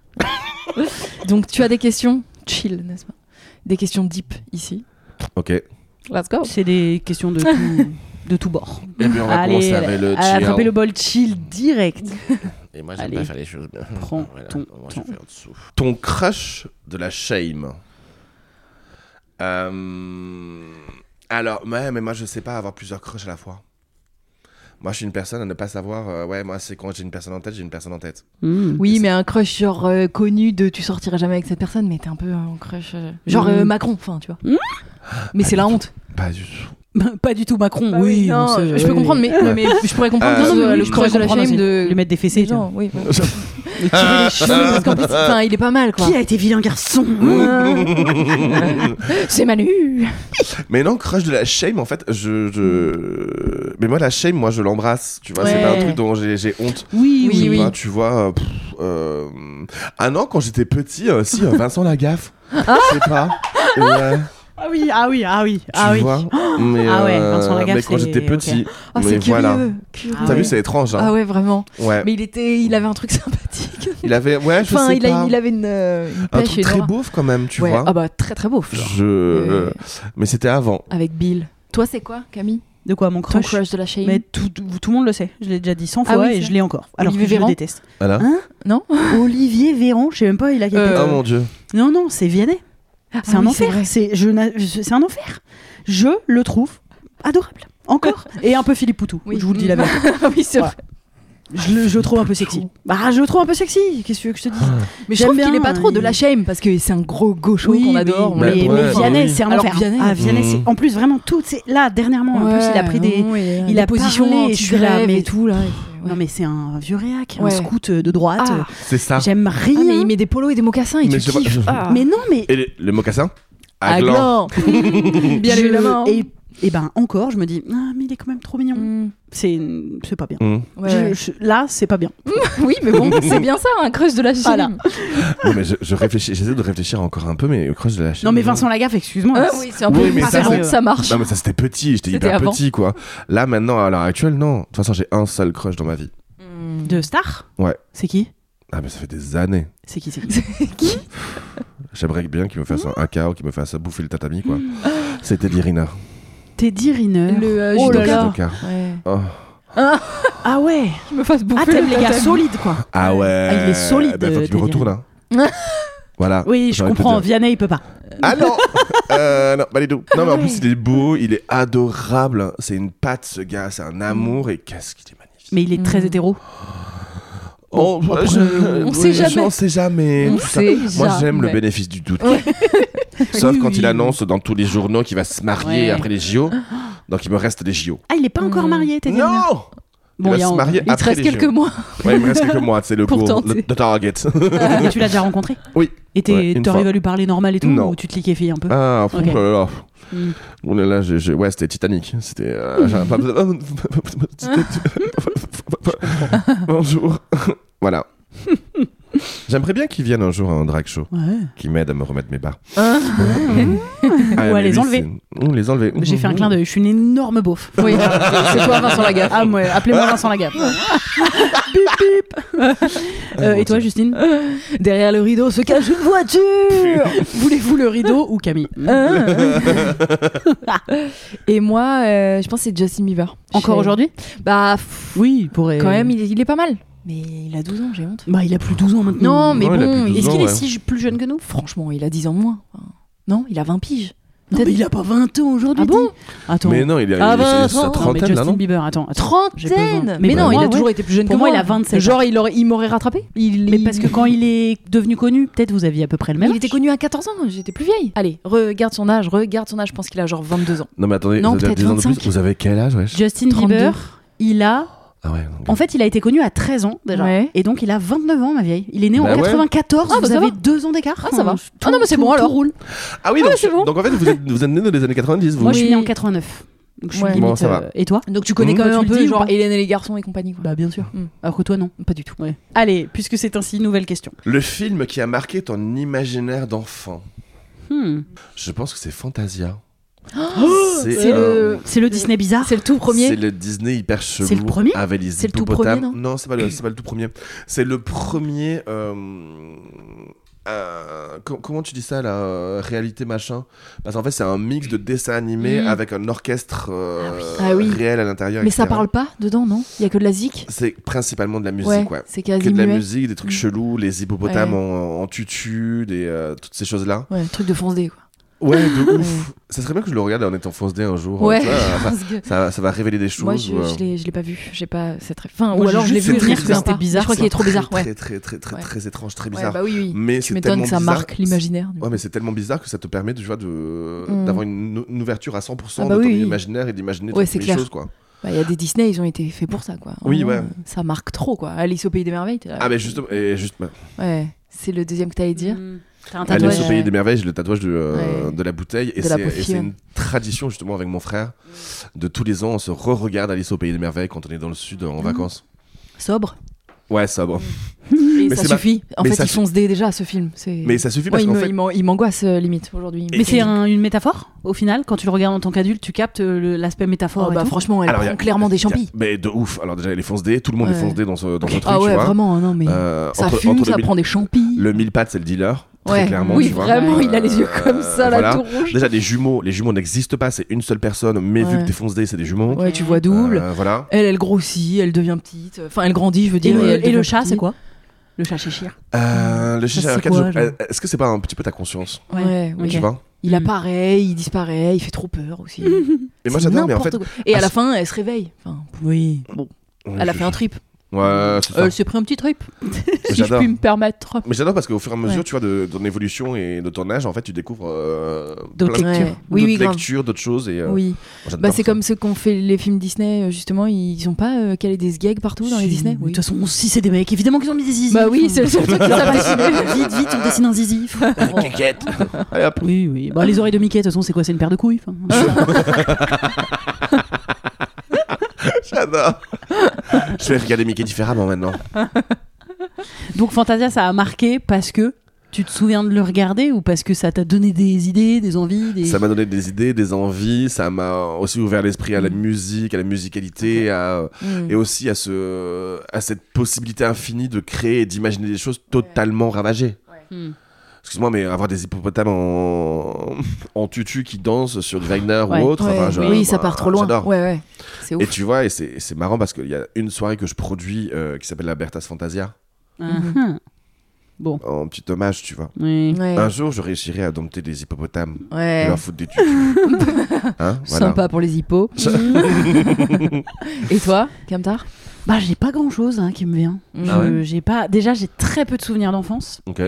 Donc, tu as des questions chill, n'est-ce pas Des questions deep ici. Ok. Eh Let's go. C'est des questions de tout, de tout bord. bien, on va Allez, commencer avec le à Euh, attraper le chill. bol chill direct. Et moi, Allez. les choses bien. Prends ton moi, temps. fais en dessous. Ton crush de la shame. Euh, Alors, ouais, mais moi, je sais pas avoir plusieurs crushs à la fois. Moi, je suis une personne à ne pas savoir. euh, ouais, moi, c'est quand j'ai une personne en tête, j'ai une personne en tête. Mm. Oui, mais un crush genre euh, connu de tu sortiras jamais avec cette personne, mais t'es un peu un crush. euh, genre euh, Mm. Macron, enfin, tu vois. Mm. Mais c'est la honte. Pas du tout. Ben, Pas du tout Macron, Bah Ah oui. on non, sait, je peux oui. comprendre, mais, Ouais. mais je pourrais comprendre Euh, que ce non, soit mais le Ah, je crush de la comprends shame aussi. de. Lui mettre des fessées. des gens, oui. oui. tu vois. Et tirer les Oui, cheveux. parce qu'en plus, enfin, il est pas mal, quoi. Qui a été vilain garçon hein C'est Manu. mais non, crush de la shame, en fait, je. je... Mais moi, la shame, moi, je l'embrasse. Tu vois, c'est Ouais. pas un truc dont j'ai j'ai honte. Oui, Je sais oui, oui. pas, tu vois. euh, pff, euh, Ah non, quand j'étais petit, euh, si, euh, Vincent Lagaffe. Ah. Je sais pas. Ouais, Ah oui, ah oui, ah oui, tu vois. Mais, Ah ouais, euh, Vincent Lagaffe, Mais quand c'est- j'étais petit. Ah, mais c'est voilà. curieux. curieux. T'as vu, c'est étrange. hein. Ah ouais, vraiment. ouais. Mais il était, il avait un truc sympathique. Il avait. Ouais, Ah, je Enfin, sais il, pas. a- il avait une, euh, une Un pêche truc très énorme. beauf quand même, tu Ouais. vois. Ah bah très très beau. genre. Je. Euh, Mais c'était avant. Avec Bill. Toi, c'est quoi, Camille De quoi mon Ton crush crush de la shame Mais tout, tout, tout le monde le sait. Je l'ai déjà dit 100 Ah fois oui, et c'est je l'ai encore. Alors Olivier que je Véran le déteste. Voilà. Hein Non Olivier Véran, je sais même pas, il a quel Euh, Oh mon dieu. Non, non, c'est Vianney. C'est Ah un oui, enfer. vrai. C'est je n'a- je- c'est un enfer. Je le trouve adorable. Encore. Et un peu Philippe Poutou. Oui. Je vous le dis la vérité. oui, c'est vrai. Je le je le trouve un peu sexy. Bah, je le trouve un peu sexy. Qu'est-ce que tu veux que je te dise Mais je J'aime trouve qu'il bien, est pas trop de il- la shame parce que c'est un gros gaucho Oui, qu'on oui, adore. on Bah, mais, mais l'aime, ouais, enfin, Vianney, oui. c'est un Alors, enfer. Vianney- Ah, Vianney, Mmh. c'est- en plus vraiment tout. C'est là dernièrement. En plus, il a pris des. non, et, euh, il des a positions parlé, et je suis là, anti-grève mais- et tout là. et- ouais. Non mais c'est un vieux réac, un Ouais. scout euh, de droite. Ah, C'est ça. J'aime ah, rien. mais il mais, met des polos et des mocassins et Mais tu je- kiffes. Ah. non mais. Et le, le mocassin À gland. gland. Bien je- évidemment. Et, et ben encore, je me dis ah mais il est quand même trop mignon. Mm. C'est c'est pas bien. Mmh. Ouais, Je- ouais. je- là c'est pas bien. Oui, mais bon, c'est bien ça, un crush de la shame. Voilà. Non, mais je, je réfléchis. J'essaie de réfléchir encore un peu, mais le crush de la chaîne. Non mais Vincent Lagaffe, excuse-moi. Ah oui, c'est un peu Oui, mais ah, ça, c'est bon, c'est- ça marche. Non mais ça c'était petit, j'étais C'était hyper avant. petit quoi. Là maintenant à l'heure actuelle non. De toute façon j'ai un seul crush dans ma vie. De Star Ouais. C'est qui Ah mais ça fait des années. C'est qui C'est qui C'est qui J'aimerais bien qu'il me fasse un un chaos, qu'il me fasse bouffer le tatami, quoi. C'était d'Irina. Teddy Riner. Le euh, Oh là judoka. là. Judoka. Ouais. Oh. Ah ouais me fasse bouffer. Ah, t'aimes les gars solides, quoi. Ah ouais. Ah, il est solide, Ben, faut euh, qu'il me Teddy retourne, hein. Voilà. Oui, je J'aurais pu comprends. dire. Vianney, il peut pas. Ah non euh, Non, pas du tout. Non, mais en Ah ouais. plus, il est beau, il est adorable. C'est une patte, ce gars. C'est un amour. Et qu'est-ce qu'il est magnifique. Mais il est très Mm. hétéro. On, Oh, on sait jamais. bah, On sait jamais. On tout ça. sait Moi, jamais. j'aime le bénéfice du doute. Ouais. Sauf Oui, quand oui. il annonce dans tous les journaux qu'il va se marier Ouais. après les JO. Donc, il me reste les JO. Ah, il est pas encore Mm. marié, Teddy Riner. Non Bon, Il y a va se un- marier Il te après reste les quelques JO. mois. Ouais, il me reste quelques mois, c'est le Pour cours, tenter. Hein? le, le target. Mais tu l'as déjà rencontré Oui. Et Ouais, t'es- une t'arrives fois. à lui parler normal et tout Non. Ou tu te liquéfies un peu Ah, fou, Ok. là là. Mm. Ouh là là, j'ai- j'ai- ouais, c'était Titanic. C'était. Mm. euh, j'avais pas besoin- Bonjour. voilà. J'aimerais bien qu'ils viennent un jour à un drag show, Ouais. qu'ils m'aident à me remettre mes barres. Hein Ah, Ou à mais les lui, enlever. c'est- Ou les enlever. J'ai fait un clin d'œil, je suis une énorme beauf. Oui, c'est toi Vincent Lagaffe. Ah ouais, appelez-moi Vincent Lagaffe. bip bip. Euh, et toi Justine Derrière le rideau se cache une voiture. Voulez-vous le rideau ou Camille Ah. Et moi, euh, je pense que c'est Justin Bieber. Encore Chez- aujourd'hui Bah, pff, Oui, il pourrait. quand même, il est, il est pas mal. Mais il a 12 ans, j'ai honte. Bah, il a plus 12 ans maintenant. Non, mais il a bon, plus de est-ce 12 qu'il ans, est ouais. si je- plus jeune que nous Franchement, il a 10 ans de moins. Enfin, Non, il a 20 piges. Non, mais il a pas 20 ans aujourd'hui. Ah bon dis. Attends. Mais non, il est il est- Ah, il est- c'est Vincent. bah, Non, sa non, mais trentaine là, Justin non Bieber, attends. attends. Trentaine Mais Mais non, pour il a moi, toujours ouais. été plus jeune Pour que moi, moi. il a 27 ans. Genre, il, aurait- il m'aurait rattrapé Il- Mais il- parce que quand il est devenu connu, peut-être vous aviez à peu près le même. Il était connu à 14 ans, j'étais plus vieille. Allez, regarde son âge, regarde son âge, je pense qu'il a genre 22 ans. Non, mais attendez, Non, vous avez peut-être 10 ans de plus. 25. Vous avez quel âge, wesh Justin 32. Bieber, il a. Ah ouais. donc- En fait, il a été connu à 13 ans déjà. Ouais. Et donc, il a 29 ans, ma vieille. Il est né en Bah ouais. 94. Ah, bah, vous ça avez va. deux ans d'écart. Ah, ça va. Tout- Ah non, mais c'est tout- bon, tout alors. roule. Ah oui, Ouais, c'est bon. donc, donc en fait, vous êtes, vous êtes né dans les années 90, vous Moi, je suis Oui. né en 89. Donc, je suis Ouais. limite, Bon, ça va. euh, Et toi Donc Bah, tu connais Mmh. quand Toi, même un tu le peu dis ou genre pas Hélène et les garçons et compagnie. Quoi. Bah, bien sûr. Hmm. Mm. Alors que toi, non. Pas du tout. Ouais. Allez, puisque c'est ainsi, nouvelle question. Le film qui a marqué ton imaginaire d'enfant, Hmm. je pense que c'est Fantasia. c'est un- le- Oh, Euh, C'est le Disney bizarre. C'est le tout C'est premier. le Disney hyper chelou. C'est le premier Avec les C'est le tout hippopotames. premier, Non, c'est pas, le- c'est pas le tout premier. C'est le premier. euh, euh, com- comment tu dis ça, la réalité machin Parce qu'en fait, c'est un mix de dessins animés Mm. avec un orchestre euh, Ah oui. réel à l'intérieur. Mais ça etc.. parle pas dedans, non Il y a que de la zik. C'est principalement de la musique, Ouais, ouais. c'est Que quasi de la muet. musique, des trucs Mm. chelous, les hippopotames Ouais. en, en tutu, des, euh, toutes ces choses-là. Ouais, truc de fonce D quoi. Ouais, de ouf. Ça serait bien que je le regarde en étant fonce D un jour. hein, Ouais. tu vois, ça, Parce que- ça- ça va révéler des choses. Moi je, ou, euh, je l'ai- je l'ai pas vu, j'ai pas cette ré- Moi, enfin, ou j'ai alors je l'ai juste vu cette venir, référence, c'était bizarre. bizarre. Je crois qu'il est trop bizarre, ouais. Très, très, très, très, Ouais. très étrange, très Ouais, bizarre. bah oui, oui. Mais Tu c'est m'étonnes tellement que ça bizarre- marque l'imaginaire. du Ouais, coup. mais c'est tellement bizarre que ça te permet, tu vois, de Mm. d'avoir une, une ouverture à 100% Ah bah de ton oui, oui. imaginaire et d'imaginer Ouais, toutes c'est les clair. choses, quoi. Bah, Il y a des Disney, ils ont été faits pour ça, quoi. Oui, Vraiment, ouais. euh, Ça marque trop, quoi. Alice au pays des merveilles, t'es là. Ah, Mm. mais justement, et juste, bah, Ouais, c'est le deuxième que t'allais dire. Hmm. T'as un Tatouage, Alice tatouage. au pays des merveilles, j'ai le tatouage de, euh, Ouais. de la bouteille et De la c'est et c'est bouffie, hein. une tradition, justement, avec mon frère. De tous les ans, on se re-regarde Alice au pays des merveilles quand on est dans le sud Mmh. en vacances. Sobre. Ouais, ça, bon. Et Mais ça c'est ma- suffit. En mais fait, ça ils su- fonce dé déjà ce film. C'est. Mais ça suffit Moi, parce il qu'en me- fait. il m'en- il m'angoisse euh, limite aujourd'hui. Mais c'est un- une métaphore, au final. Quand tu le regardes en tant qu'adulte, tu captes euh, le- l'aspect métaphore. Oh, et bah tout. franchement, elle Alors, y prend a- clairement des champis. Mais de ouf. Alors, déjà, les fonce D, tout le monde est Ouais. fonce D dans ce, dans ce truc, Ah tu ouais, vois. vraiment, non mais. Euh, Ça entre- fume, entre ça le- prend des champis. Le mille pattes, c'est le dealer. Très Ouais. clairement, oui, tu vois. vraiment, Euh, il a les yeux comme ça, voilà. la tout rouge. Déjà, les jumeaux, les jumeaux n'existent pas, c'est une seule personne, mais vu Ouais. que t'es fonce D, c'est des jumeaux. Ouais, tu vois double. Euh, voilà. Elle, elle grossit, elle devient petite. Enfin, elle grandit, je veux Et dire. euh, le, elle et le devient chat, c'est petite. quoi Le chat Cheshire. Euh, le chicha c'est arcade, quoi, je- genre euh, est-ce que c'est pas un petit peu ta conscience Ouais, Mm. oui. Tu vois Il Mm. apparaît, il disparaît, il fait trop peur aussi. Et C'est moi, j'adore, mais en fait. n'importe quoi. Et à à la ce- fin, elle se réveille. Enfin, Oui. elle a fait un trip. Ouais, c'est ça. Elle s'est pris un petit trip, Mais Euh, si je j'adore. puis me permettre. Mais j'adore parce qu'au fur et à mesure, Ouais. tu vois, de de ton évolution et de ton âge, en fait, tu découvres euh, D'autres plein de- lectures. Ouais. Oui, d'autres oui, grave. lectures, d'autres choses. Et, euh, Oui. j'adore Bah, c'est ça. comme ceux qu'on fait les films Disney, euh, justement, ils ont pas euh, calé des gags partout dans les Si, Disney De Oui. toute façon, si c'est des mecs, évidemment qu'ils ont mis des zizi. Bah oui, c'est le seul truc qui Enfin, s'appelle vite, vite, on dessine un zizi. T'inquiète. Allez, hop. Oui, oui. Bah, les oreilles de Mickey, de toute façon, c'est quoi C'est une paire de couilles enfin. J'adore. Je vais regarder Mickey différemment maintenant. Donc, Fantasia, ça a marqué parce que tu te souviens de le regarder ou parce que ça t'a donné des idées, des envies des... Ça m'a donné des idées, des envies, ça m'a aussi ouvert l'esprit à la musique, à la musicalité, à, Mm. et aussi à, ce, à cette possibilité infinie de créer et d'imaginer des choses totalement ravagées. Hmm. Excuse-moi, mais avoir des hippopotames en, en tutu qui dansent sur du Wagner Ouais. ou autre. Ouais, enfin, je- oui, ça moi, part trop loin. j'adore. Ouais, ouais. C'est Et ouf. tu vois, et c'est et c'est marrant parce qu'il y a une soirée que je produis euh, qui s'appelle la Bertas Fantasia, Ah, en petit hommage, tu vois. oui. Ouais. Un jour, je réussirai à dompter des hippopotames, et Ouais. leur foutre des tutus. Hein, voilà. Sympa pour les hippos. Et toi, Camtar Bah, j'ai pas grand chose qui me vient. Ah Je- J'ai pas. Déjà, j'ai très peu de souvenirs d'enfance. Ok.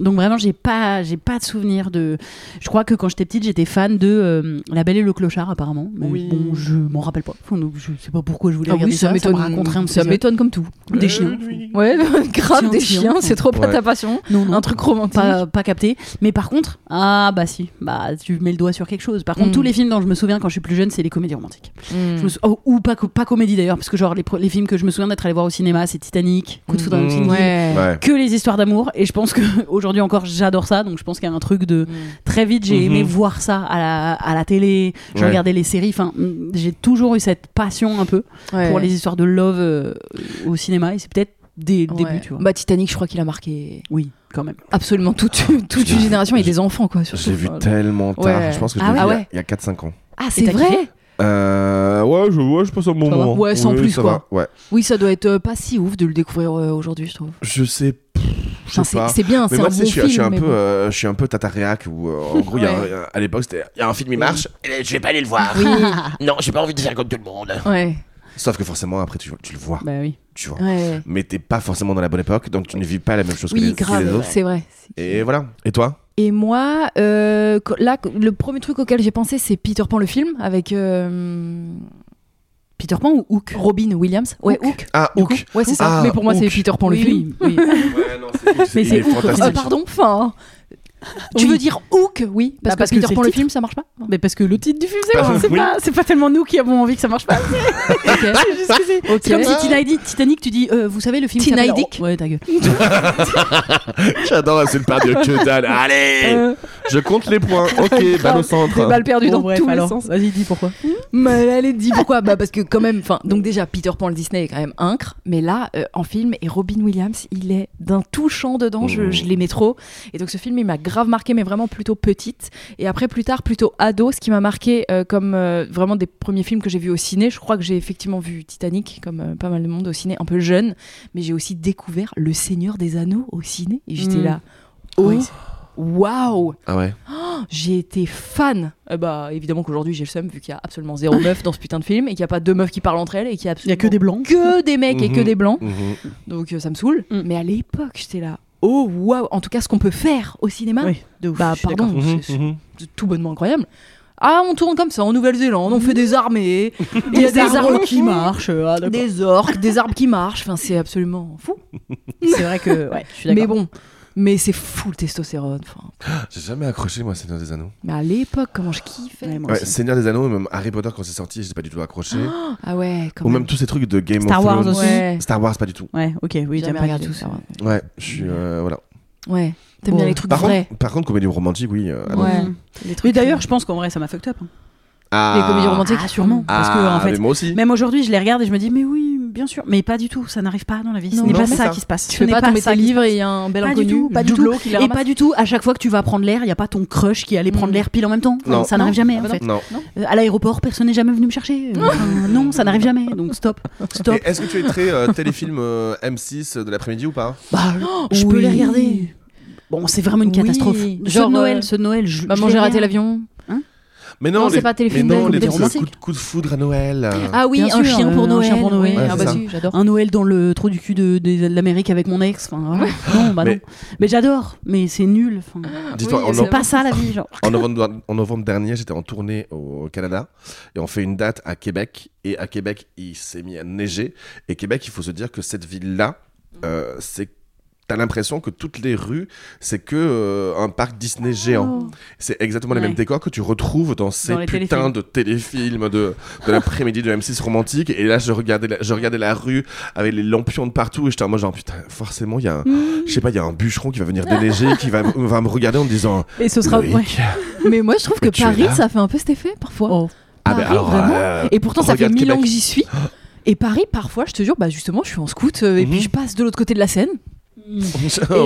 Donc vraiment, j'ai pas, j'ai pas de souvenirs de. Je crois que quand j'étais petite, j'étais fan de euh, La Belle et le Clochard, apparemment. Mais Oui. bon, je m'en rappelle pas. Enfin, donc, je sais pas pourquoi je voulais Ah oui, regarder ça me raconterait un m'étonne. Ça peu m'étonne comme tout. Euh, des chiens. Ouais, grave Tiens, des tiens. chiens, c'est trop près de Ouais. ta passion. Non, non, Un truc romantique. pas, pas capté. Mais par contre, ah bah si, bah tu mets le doigt sur quelque chose. Par contre, Mm. tous les films dont je me souviens quand je suis plus jeune, c'est les comédies romantiques. Je me sou- oh, ou pas, co- pas comédie d'ailleurs, parce que genre les, pro- les films que je me souviens d'être allé voir au cinéma, c'est Titanic, Coup de foudre à Mm. Notting Hill, Ouais. Ouais. que les histoires d'amour. Et je pense que aujourd'hui encore, j'adore ça. Donc je pense qu'il y a un truc de très vite, j'ai aimé Mhm. voir ça à la, à la télé. Je Ouais. regardais les séries. Enfin, mm, j'ai toujours eu cette passion un peu Ouais. pour les histoires de love euh, au cinéma. Et c'est peut-être des Ouais. débuts, tu vois. Bah, Titanic, je crois qu'il a marqué oui, quand même. absolument toute, toute une génération et des enfants, quoi. surtout. J'ai vu tellement tard. Ouais. Je pense que je Ah l'ai ouais. vu Ah ouais. il y a, il y a 4-5 ans. Ah, Et c'est t'as vrai kiffé Euh, ouais, je, ouais, je passe un bon Ça va moment. Ouais, sans Oui, plus, ça quoi. va. Ouais. Oui, ça doit être euh, pas si ouf de le découvrir euh, aujourd'hui, je trouve. Je sais, pff, je Enfin, sais c'est- pas. c'est bien, Mais c'est un moi, bon tu sais, je suis- film. je suis un mais peu, bon. euh, je suis un peu tatariac où, euh, en gros, il y a un- à l'époque, c'était, il y a un film, il marche. Euh, Je vais pas aller le voir. Oui. Non, j'ai pas envie de faire comme tout le monde. euh, ouais. Sauf que forcément, après, tu, tu le vois, Bah oui. tu vois. ouais. Mais t'es pas forcément dans la bonne époque, donc tu ne vis pas la même chose que, les, Oui, que les grave, autres. c'est vrai. Et voilà. Et toi Et moi, euh, co- là, co- le premier truc auquel j'ai pensé, c'est Peter Pan le film avec euh, Peter Pan ou Hook Robin Williams. Ouais, Hook. Hook. Ah, du Hook. coup. Ouais, c'est ça. Ah, Mais pour moi, c'est Hook. Peter Pan le Oui, film. oui, oui. Ouais, non, c'est Hook, Mais il c'est est Hook, au Ah, final. fantastique. pardon, enfin. Tu Oui. veux dire Hook, oui, parce Bah, parce que que Peter c'est Pan le le titre. film, ça marche pas. Mais parce que le titre du film, c'est Bah, c'est oui. pas, c'est pas tellement nous qui avons envie que ça marche pas. Ok. C'est juste que c'est- Ok. c'est comme si Titanic, Titanic, tu dis, euh, vous savez le film Titanic. s'appelle- Ouais, ta gueule. J'adore, c'est le part de que dalle. Allez Euh, Je compte les points. Ok, balle au Des centre. Euh. balles perdues Bon, dans bref, tous alors, les sens. Vas-y, dis pourquoi. Mais là, elle est dit pourquoi Bah parce que quand même, enfin, donc déjà Peter Pan le Disney est quand même incre, mais là euh, en film et Robin Williams, il est d'un touchant dedans. Je, Mmh. je l'aimais trop. Et donc ce film, il m'a grave marqué, mais vraiment plutôt petite. Et après plus tard, plutôt ado, ce qui m'a marqué euh, comme euh, vraiment des premiers films que j'ai vus au ciné. Je crois que j'ai effectivement vu Titanic, comme euh, pas mal de monde au ciné, un peu jeune. Mais j'ai aussi découvert Le Seigneur des Anneaux au ciné. Et j'étais Mmh. là, oh, Oui, waouh Ah ouais. j'ai été fan. Euh, bah, évidemment qu'aujourd'hui j'ai le seum vu qu'il y a absolument zéro meuf dans ce putain de film et qu'il n'y a pas deux meufs qui parlent entre elles et qu'il y a Il y absolument a que des blancs. que des mecs et que Mhm. des blancs. Mhm. Donc euh, ça me saoule. Mm. Mais à l'époque, j'étais là. Oh waouh En tout cas, ce qu'on peut faire au cinéma, Oui, de ouf, bah je suis d'accord. pardon, Mhm, c'est- c'est mhm. tout bonnement incroyable. Ah, on tourne comme ça en Nouvelle-Zélande, Mm. on fait des armées, il y a des arbres qui marchent, ah, d'accord. des orques, des arbres qui marchent. Enfin, c'est absolument fou. C'est vrai que, ouais, je suis Mais d'accord. bon, mais c'est fou le testostérone. Enfin, J'ai jamais accroché, moi, Seigneur des Anneaux. mais à l'époque, comment je kiffais. Ouais, moi Ouais, aussi. Seigneur des Anneaux, même Harry Potter quand c'est sorti, j'ai pas du tout accroché. Ah ouais, quand Ou même tous ces trucs de Game Star of Wars Thrones. aussi. Ouais. Star Wars, pas du tout. Ouais, ok, oui, J'ai j'aime jamais pas regardé du tout ça. ça. ouais. Ouais, je suis. euh, voilà. Ouais, t'aimes Bon. bien les trucs Par vrais. contre, par contre, comédie romantique, oui. euh, ah non. Ouais. Mmh. Les trucs Mais d'ailleurs, je pense qu'en vrai, ça m'a fucked up. hein. Ah, les comédies romantiques, Ah, sûrement. parce que, ah, en fait, mais moi aussi. Même aujourd'hui, je les regarde et je me dis, mais oui, bien sûr. Mais pas du tout, ça n'arrive pas dans la vie. Ce Non, n'est non, pas mais ça ça. qui se passe. tu Ce fais n'est pas tomber ça tes qui se livres passe. et il y a un bel Pas inconnu, du tout, pas du Jude tout. Law qui les Et ramasse. pas du tout, à chaque fois que tu vas prendre l'air, il n'y a pas ton crush qui allait prendre Mm. l'air pile en même temps. Enfin, Non. Ça n'arrive jamais, en fait. Non. Euh, À l'aéroport, personne n'est jamais venu me chercher. Euh, enfin, non, ça n'arrive jamais. Donc stop, stop. Et Est-ce que tu es très euh, téléfilm euh, M6 de l'après-midi ou pas Bah, je peux oui. les regarder. Bon, c'est vraiment une Oui. catastrophe. Genre, Genre Noël, Bah, euh, ce Noël, je, je Maman, les j'ai raté regarde. l'avion. Mais Non, non, c'est les- pas téléfilm Mais de non, les comédie trucs de romantique. coup, de- coup de foudre à Noël. euh. Ah oui, Bien un, sûr, chien euh, pour un Noël. chien pour Noël, Ouais, ah, bah c'est si, j'adore. Un Noël dans le trou du cul de, de l'Amérique avec mon ex. Enfin, ouais. Ah, non, bah Mais- non. Mais j'adore, mais c'est nul. Enfin, Dis-toi, Ah, oui, en, c'est no- c'est pas ça la vie, genre. en novembre, en novembre dernier, j'étais en tournée au Canada et on fait une date à Québec. Et à Québec, il s'est mis à neiger. Et Québec, il faut se dire que cette ville-là, euh, c'est. T'as l'impression que toutes les rues, c'est que euh, un parc Disney géant. C'est exactement les Ah. Ouais. mêmes décors que tu retrouves dans ces Dans les putains téléfilms. de téléfilms de, de l'après-midi de M6 romantique. Et là, je regardais, la, je regardais la rue avec les lampions de partout. Et j'étais en mode genre, putain, forcément, il y a un, Hmm. je sais pas, il y a un bûcheron qui va venir déneiger, qui va, va me regarder en me disant, Et ce Loïc, Mais moi, je trouve que Mais tu es Paris, là. ça fait un peu cet effet parfois. Oh. ah, ben Paris, alors, vraiment euh, Et pourtant, ça fait regarde mille Québec. ans que j'y suis. Et Paris, parfois, je te jure, bah justement, je suis en scout euh, et Mhm. puis je passe de l'autre côté de la Seine. Et, Oh, euh,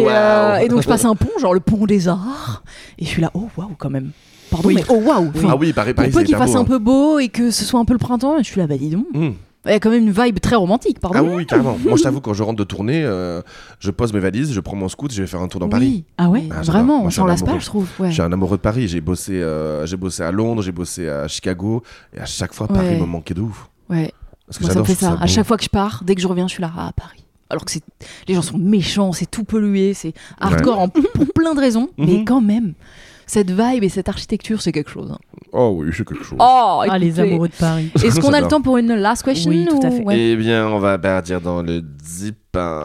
waouh. et donc je passe un pont, genre le pont des arts, et je suis là, oh waouh quand même. Pardon, mais oh waouh. Enfin, Ah oui, Paris, Paris, pour peu c'est qu'il hyper fasse beau, un hein. peu beau et que ce soit un peu le printemps, je suis là, bah dis donc. Mm. Il y a quand même une vibe très romantique, pardon. Ah oui, oui, carrément. Moi, je t'avoue, quand je rentre de tournée, euh, je pose mes valises, je prends mon scoot, je vais faire un tour dans Oui, Paris. Ah ouais Ah, j'adore. vraiment, Moi, on je suis s'en un lasse pas, amoureux. je trouve. ouais. Je suis un amoureux de Paris. J'ai bossé, euh, j'ai bossé à Londres, j'ai bossé à Chicago, et à chaque fois, Paris Ouais. me manquait de ouf. Ouais. Parce que Moi, ça me j'adore fait je trouve ça. À beau. chaque fois que je pars, dès que je reviens, je suis là ah, à Paris. Alors que c'est les gens sont méchants, c'est tout pollué, c'est hardcore en- pour plein de raisons, mais Mhm. quand même, cette vibe et cette architecture, c'est quelque chose. hein. Oh oui, c'est quelque chose. Oh, Ah, les écoutez, amoureux de Paris. Est-ce qu'on a le J'adore. temps pour une last question Oui, tout à ou- fait. ouais. Eh bien, on va partir dans le zip. hein.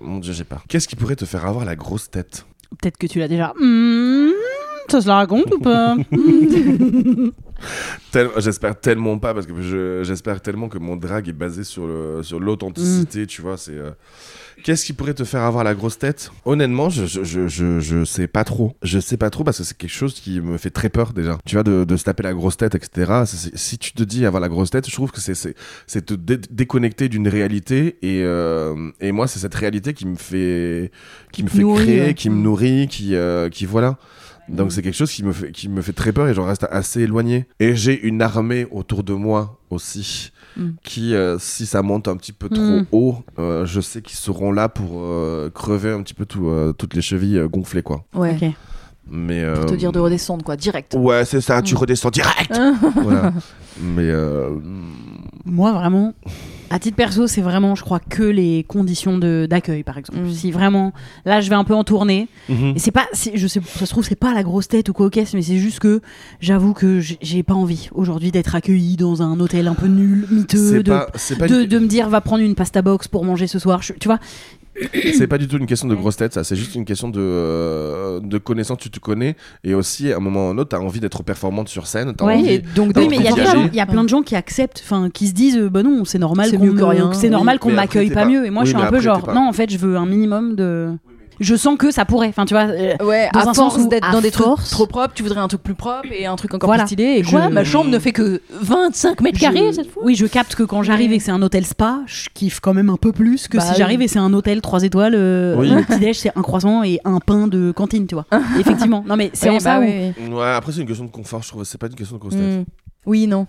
Mon dieu, j'ai peur. Qu'est-ce qui pourrait te faire avoir la grosse tête Peut-être que tu l'as déjà. Hmm, ça se la raconte ou pas Hmm. Tel- J'espère tellement pas, parce que je- j'espère tellement que mon drag est basé sur le- sur l'authenticité, tu vois. C'est euh, Qu'est-ce qui pourrait te faire avoir la grosse tête Honnêtement, je, je, je, je, je sais pas trop. Je sais pas trop parce que c'est quelque chose qui me fait très peur déjà. Tu vois, de, de se taper la grosse tête, etc. C'est- c'est- Si tu te dis avoir la grosse tête, je trouve que c'est- c'est c'est te dé- déconnecter d'une réalité. Et, euh, et moi, c'est cette réalité qui me fait, qui me te fait nourrit, créer, ouais. qui me nourrit, qui, euh, qui voilà. Donc c'est quelque chose qui me, fait, qui me fait très peur et j'en reste assez éloigné. Et j'ai une armée autour de moi aussi Mm. qui, euh, si ça monte un petit peu trop Mm. haut, euh, je sais qu'ils seront là pour euh, crever un petit peu tout, euh, toutes les chevilles euh, gonflées quoi. Ouais. Ok. Mais Pour te euh, dire de redescendre, quoi, direct. ouais c'est ça, tu Mm. redescends direct. voilà. Mais euh, Moi, vraiment, à titre perso, c'est vraiment, je crois, que les conditions de- d'accueil, par exemple. Mm. Si vraiment, là, je vais un peu en tournée. mhm. Et c'est pas, c'est- je sais, ça se trouve, c'est pas la grosse tête ou quoi, ok, mais c'est juste que j'avoue que j'ai- j'ai pas envie aujourd'hui d'être accueilli dans un hôtel un peu nul, miteux, c'est de, pas, c'est pas de, une- de me dire va prendre une pasta box pour manger ce soir. Je- tu vois, C'est pas du tout une question de grosse tête, ça. C'est juste une question de, euh, de connaissance. Tu te connais. Et aussi, à un moment ou à un autre, t'as envie d'être performante sur scène. T'as Ouais, envie... et donc Dans oui, le mais il y, a voyage. plein de gens- il y a plein de gens qui acceptent, enfin, qui se disent, euh, bah non, c'est normal C'est qu'on mieux que me- rien. c'est normal Oui, qu'on mais après, m'accueille t'es pas, pas- mieux. Et moi, oui, je suis mais un peu après, genre, t'es pas- non, en fait, je veux un minimum de. Je sens que ça pourrait, enfin, tu vois. euh, Ouais, Dans à un sens force où, d'être à dans des trucs force- trop propres, tu voudrais un truc plus propre et un truc encore Voilà. plus stylé. Et Je- quoi Ma chambre ne fait que 25 mètres Je- carrés cette fois Oui, je capte que quand j'arrive et que c'est un hôtel spa, je kiffe quand même un peu plus que Bah si oui. j'arrive et c'est un hôtel 3 étoiles, euh, Oui. le petit-déj c'est un croissant et un pain de cantine, tu vois. Effectivement. Non mais c'est Ouais, en ça bah où- ouais. Ouais, après, c'est une question de confort, je trouve. C'est pas une question de grosse tête. Mm. Oui, non.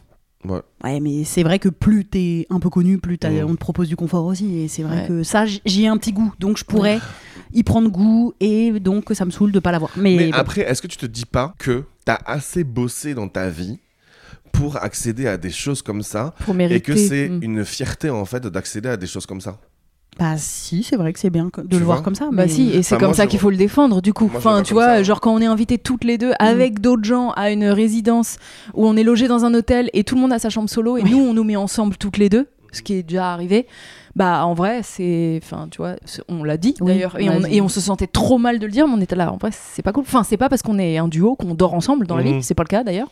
Ouais, mais c'est vrai que plus t'es un peu connu, plus t'as- Mm. on te propose du confort aussi et c'est vrai Ouais. que ça j- j'y ai un petit goût. Donc je pourrais y prendre goût et donc que ça me saoule de pas l'avoir. Mais, Mais bon. après, est-ce que tu te dis pas que t'as assez bossé dans ta vie pour accéder à des choses comme ça Pour mériter. et que c'est Hmm. Mm. une fierté en fait d'accéder à des choses comme ça bah si, c'est vrai que c'est bien que- de Tu le voir vois comme ça. Bah Ah, mais- si, et c'est Enfin, comme moi, ça je- qu'il faut le défendre du coup. Moi, je le enfin, vois tu comme vois, ça, Mm. hein. genre quand on est invité toutes les deux avec d'autres gens à une résidence où on est logé dans un hôtel et tout le monde a sa chambre solo et nous on nous met ensemble toutes les deux, ce qui est déjà arrivé. Bah en vrai, c'est enfin tu vois, c'est- on l'a dit Oui, d'ailleurs et on on, l'a dit. et on se sentait trop mal de le dire, mais on était là en vrai, c'est pas cool. Enfin, c'est pas parce qu'on est un duo qu'on dort ensemble dans la vie, Mhm. c'est pas le cas d'ailleurs.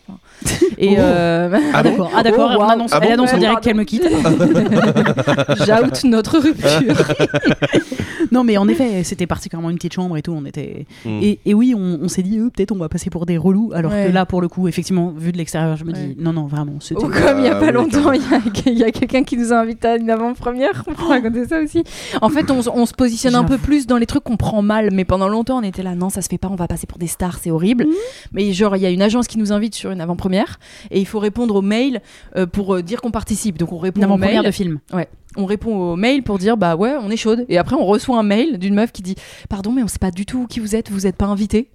et Oh. euh, Ah bon d'accord, ah, d'accord, Oh, on waouh. annonce- Ah elle bon annonce en Ouais, direct pardon. qu'elle me quitte. j'oute notre rupture. Non, mais en effet, c'était particulièrement une petite chambre et tout. On était Mm. et, et oui, on, on s'est dit euh, peut-être on va passer pour des relous. Alors Ouais. que là, pour le coup, effectivement, vu de l'extérieur, je me Ouais. dis non, non, vraiment, c'était. Ou comme il n'y a Ah pas oui, longtemps, il y a, il y a quelqu'un qui nous a invités à une avant-première. On peut raconter ça aussi. En fait, on, s- on se positionne un peu plus dans les trucs qu'on prend mal, mais pendant longtemps, on était là, non, ça se fait pas, on va passer pour des stars, c'est horrible. Mais genre, il y a une agence qui nous invite sur une avant-première et il faut répondre aux mails euh, pour euh, dire qu'on participe. Donc on répond une aux avant-première mails de film. on répond au mail pour dire bah ouais on est chaude et après on reçoit un mail d'une meuf qui dit pardon mais on sait pas du tout qui vous êtes vous êtes pas invité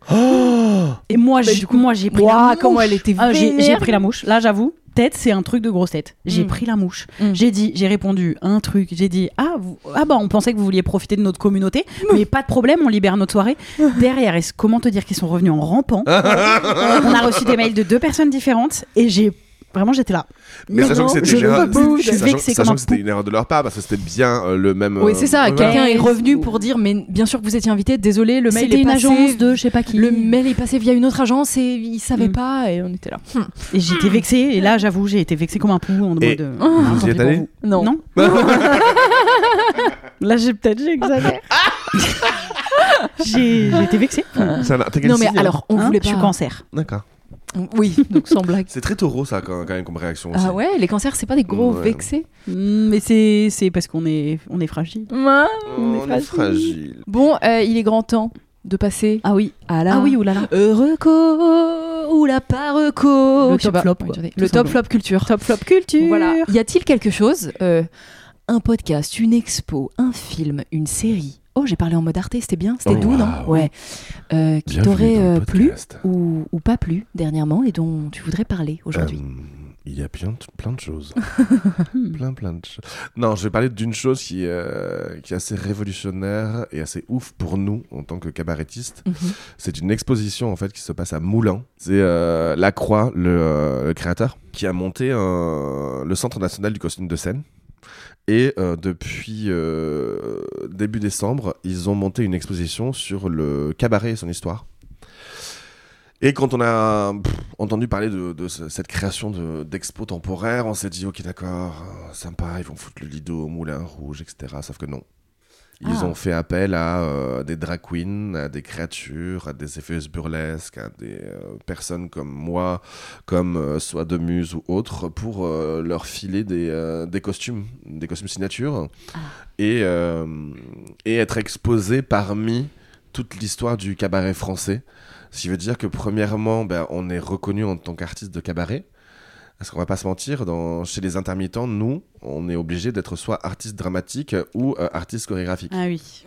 Et moi, Bah, j'ai- du coup, moi, j'ai pris Ouah, la mouche. comment elle était Ah, j'ai, vénère. j'ai pris la mouche. Là, j'avoue, tête, c'est un truc de grosse tête. J'ai Mm. pris la mouche. Mm. J'ai dit, j'ai répondu un truc. J'ai dit ah, vous- ah bah on pensait que vous vouliez profiter de notre communauté, mais pas de problème, on libère notre soirée. Derrière, est-ce comment te dire qu'ils sont revenus en rampant On a reçu des mails de deux personnes différentes et j'ai vraiment j'étais là. Mais Non, sachant que non, c'était je déjà- reboude. Je suis sachant, vexée sachant comme un que c'était pou- une erreur de leur part parce que c'était bien euh, le même oui euh, c'est ça voilà. quelqu'un est Ouais. revenu pour dire mais bien sûr que vous étiez invité désolé le mail C'était est une passé, agence de je sais pas qui. Le mail est passé via une autre agence et ils savaient Mm. pas et on était là. Et j'étais vexée, et là j'avoue, j'ai été vexée comme un pou en mode. Et euh, vous tant pis y êtes pour allé vous. Non. Non. là j'ai peut-être j'ai exagéré. j'ai j'ai été vexée. Ça va, t'as quel Non mais signe, hein alors on Hein, voulait Je suis pas. cancer. D'accord. Ah. Oui, donc sans blague. C'est très taureau, ça, quand, quand même, comme réaction. aussi. Ah ouais, les cancers, c'est pas des gros Ouais. vexés. Mm, Mais c'est c'est parce qu'on est, on est fragile. Hein Oh, On est fragile. Bon, euh, il est grand temps de passer Ah oui. à la Ah oui, oulala. Euh, reco ou la pas reco. Le Je sais top pas. flop, Ouais, quoi. attendez. Tout Le top simplement. flop culture. Top flop culture. Voilà. Y a-t-il quelque chose euh, Un podcast, une expo, un film, une série Oh, j'ai parlé en mode arte, c'était bien, c'était Oh, doux, non waouh. Ouais. Euh, qui Bienvenue t'aurait dans le euh, plu podcast. ou, ou pas plu dernièrement et dont tu voudrais parler aujourd'hui Euh, il y a plein de, plein de choses. plein, plein de choses. Non, je vais parler d'une chose qui, euh, qui est assez révolutionnaire et assez ouf pour nous en tant que cabarettistes. Mhm. C'est une exposition en fait qui se passe à Moulins. C'est euh, Lacroix, le, euh, le créateur, qui a monté un- le Centre national du costume de scène. Et euh, depuis euh, début décembre, ils ont monté une exposition sur le cabaret et son histoire. Et quand on a pff, entendu parler de, de ce- cette création de- d'expo temporaire, on s'est dit ok d'accord, euh, sympa, ils vont foutre le lido au moulin rouge, etc. Sauf que non. Ils Ah. ont fait appel à euh, des drag queens, à des créatures, à des effets burlesques, à des euh, personnes comme moi, comme euh, soit de muse ou autres, pour euh, leur filer des, euh, des costumes, des costumes signature, et, euh, et être exposés parmi toute l'histoire du cabaret français. Ce qui veut dire que premièrement, ben, on est reconnu en tant qu'artiste de cabaret. Parce qu'on va pas se mentir, dans, chez les intermittents, nous, on est obligé d'être soit artiste dramatique ou euh, artiste chorégraphique. Ah oui.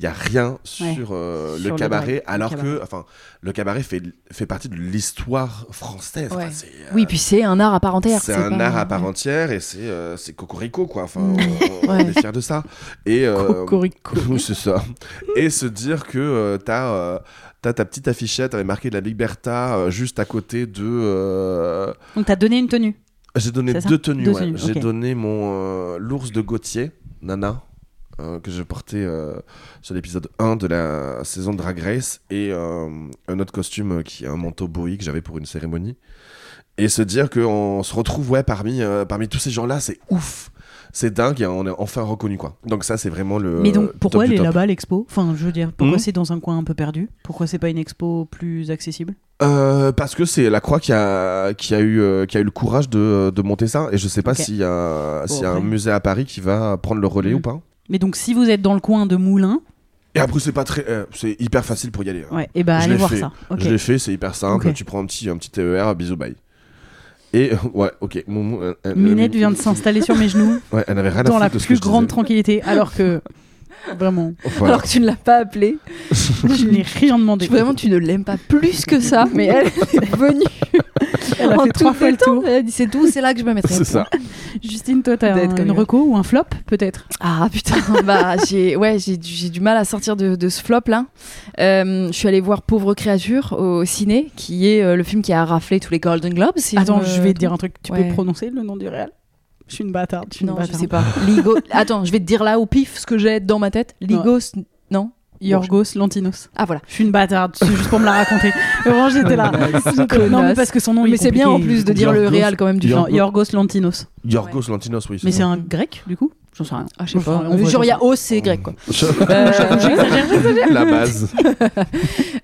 Il n'y a rien sur, Ouais, euh, sur le le cabaret, drag- le alors cabaret. que enfin, le cabaret fait, fait partie de l'histoire française. Ouais. Enfin, c'est, euh, Oui, puis c'est un art à part entière. c'est un pas- art à part entière et c'est euh, c'est cocorico, quoi. Enfin, Mm. on, on Ouais. est fiers de ça. Et, euh, Cocorico. oui, c'est ça. Et se dire que euh, t'as euh, t'as ta petite affichette avec marqué de la Liberta euh, juste à côté de. euh, Donc t'as donné une tenue. J'ai donné C'est ça deux tenues. Deux ouais. tenues, J'ai ok. donné mon euh, l'ours de Gauthier, Nana, euh, que je portais euh, sur l'épisode 1 de la saison de Drag Race, et euh, un autre costume euh, qui est un manteau Bowie que j'avais pour une cérémonie. Et se dire qu'on se retrouve ouais, parmi, euh, parmi tous ces gens-là, c'est ouf. C'est dingue, et on est enfin reconnu quoi. Donc ça, c'est vraiment le. Mais donc le pourquoi Euh, top elle du est top. là-bas l'expo Enfin, je veux dire, pourquoi Mhm. c'est dans un coin un peu perdu Pourquoi c'est pas une expo plus accessible Euh, parce que c'est la croix qui a, qui a, eu, euh, qui a eu le courage de, de monter ça. Et je sais pas Ok. s'il y a, s'il y a un après. musée à Paris qui va prendre le relais Mm. ou pas. Mais donc si vous êtes dans le coin de Moulins, Et après, c'est pas très. euh, c'est hyper facile pour y aller. hein. ouais, et ben Je allez l'ai voir fait. ça. Ok. Je l'ai fait, c'est hyper simple. Ok. Tu prends un petit, un petit TER, bisous, bye. Et euh, ouais, ok. Mon- mon- euh, euh, Minette euh, vient de s'installer sur mes genoux Ouais, elle avait rien à dans la foutre de ce que plus je grande disais. tranquillité, alors que vraiment, Voilà. Alors que tu ne l'as pas appelé. je n'ai rien demandé. Tu- Vraiment, tu ne l'aimes pas plus que ça, mais elle est venue Elle a en fait trois toute fois le détente. tour. Elle a dit c'est tout, c'est là que je me mettrai. C'est ça. Justine, toi, t'as D'être un- comme une elle. reco ou un flop peut-être Ah putain, bah j'ai ouais, j'ai du j'ai du mal à sortir de, de ce flop là. Euh, je suis allée voir Pauvre créature au ciné, qui est euh, le film qui a raflé tous les Golden Globes. euh, si Attends, me je vais te dire un truc. Tu ouais. peux prononcer le nom du réel Je suis une bâtarde. Je suis une Non, je bâtarde. sais pas. Ligo... Attends, je vais te dire là au pif ce que j'ai dans ma tête. Ligos, non Yorgos Lantinos. Ah voilà. Je suis une bâtarde, c'est juste pour me la raconter. Vraiment, j'étais là. non, mais parce que son nom il Mais est c'est bien en compliqué. plus de dire le Yorgos- réal quand même du Yorgos- genre. Non, Yorgos Lantinos. Yorgos Lantinos, oui. Mais c'est ça. un grec, du coup J'en sais rien. Ah, je sais Enfin, pas. on voit Genre, il y ça. a O, c'est grec quoi. Euh, la base.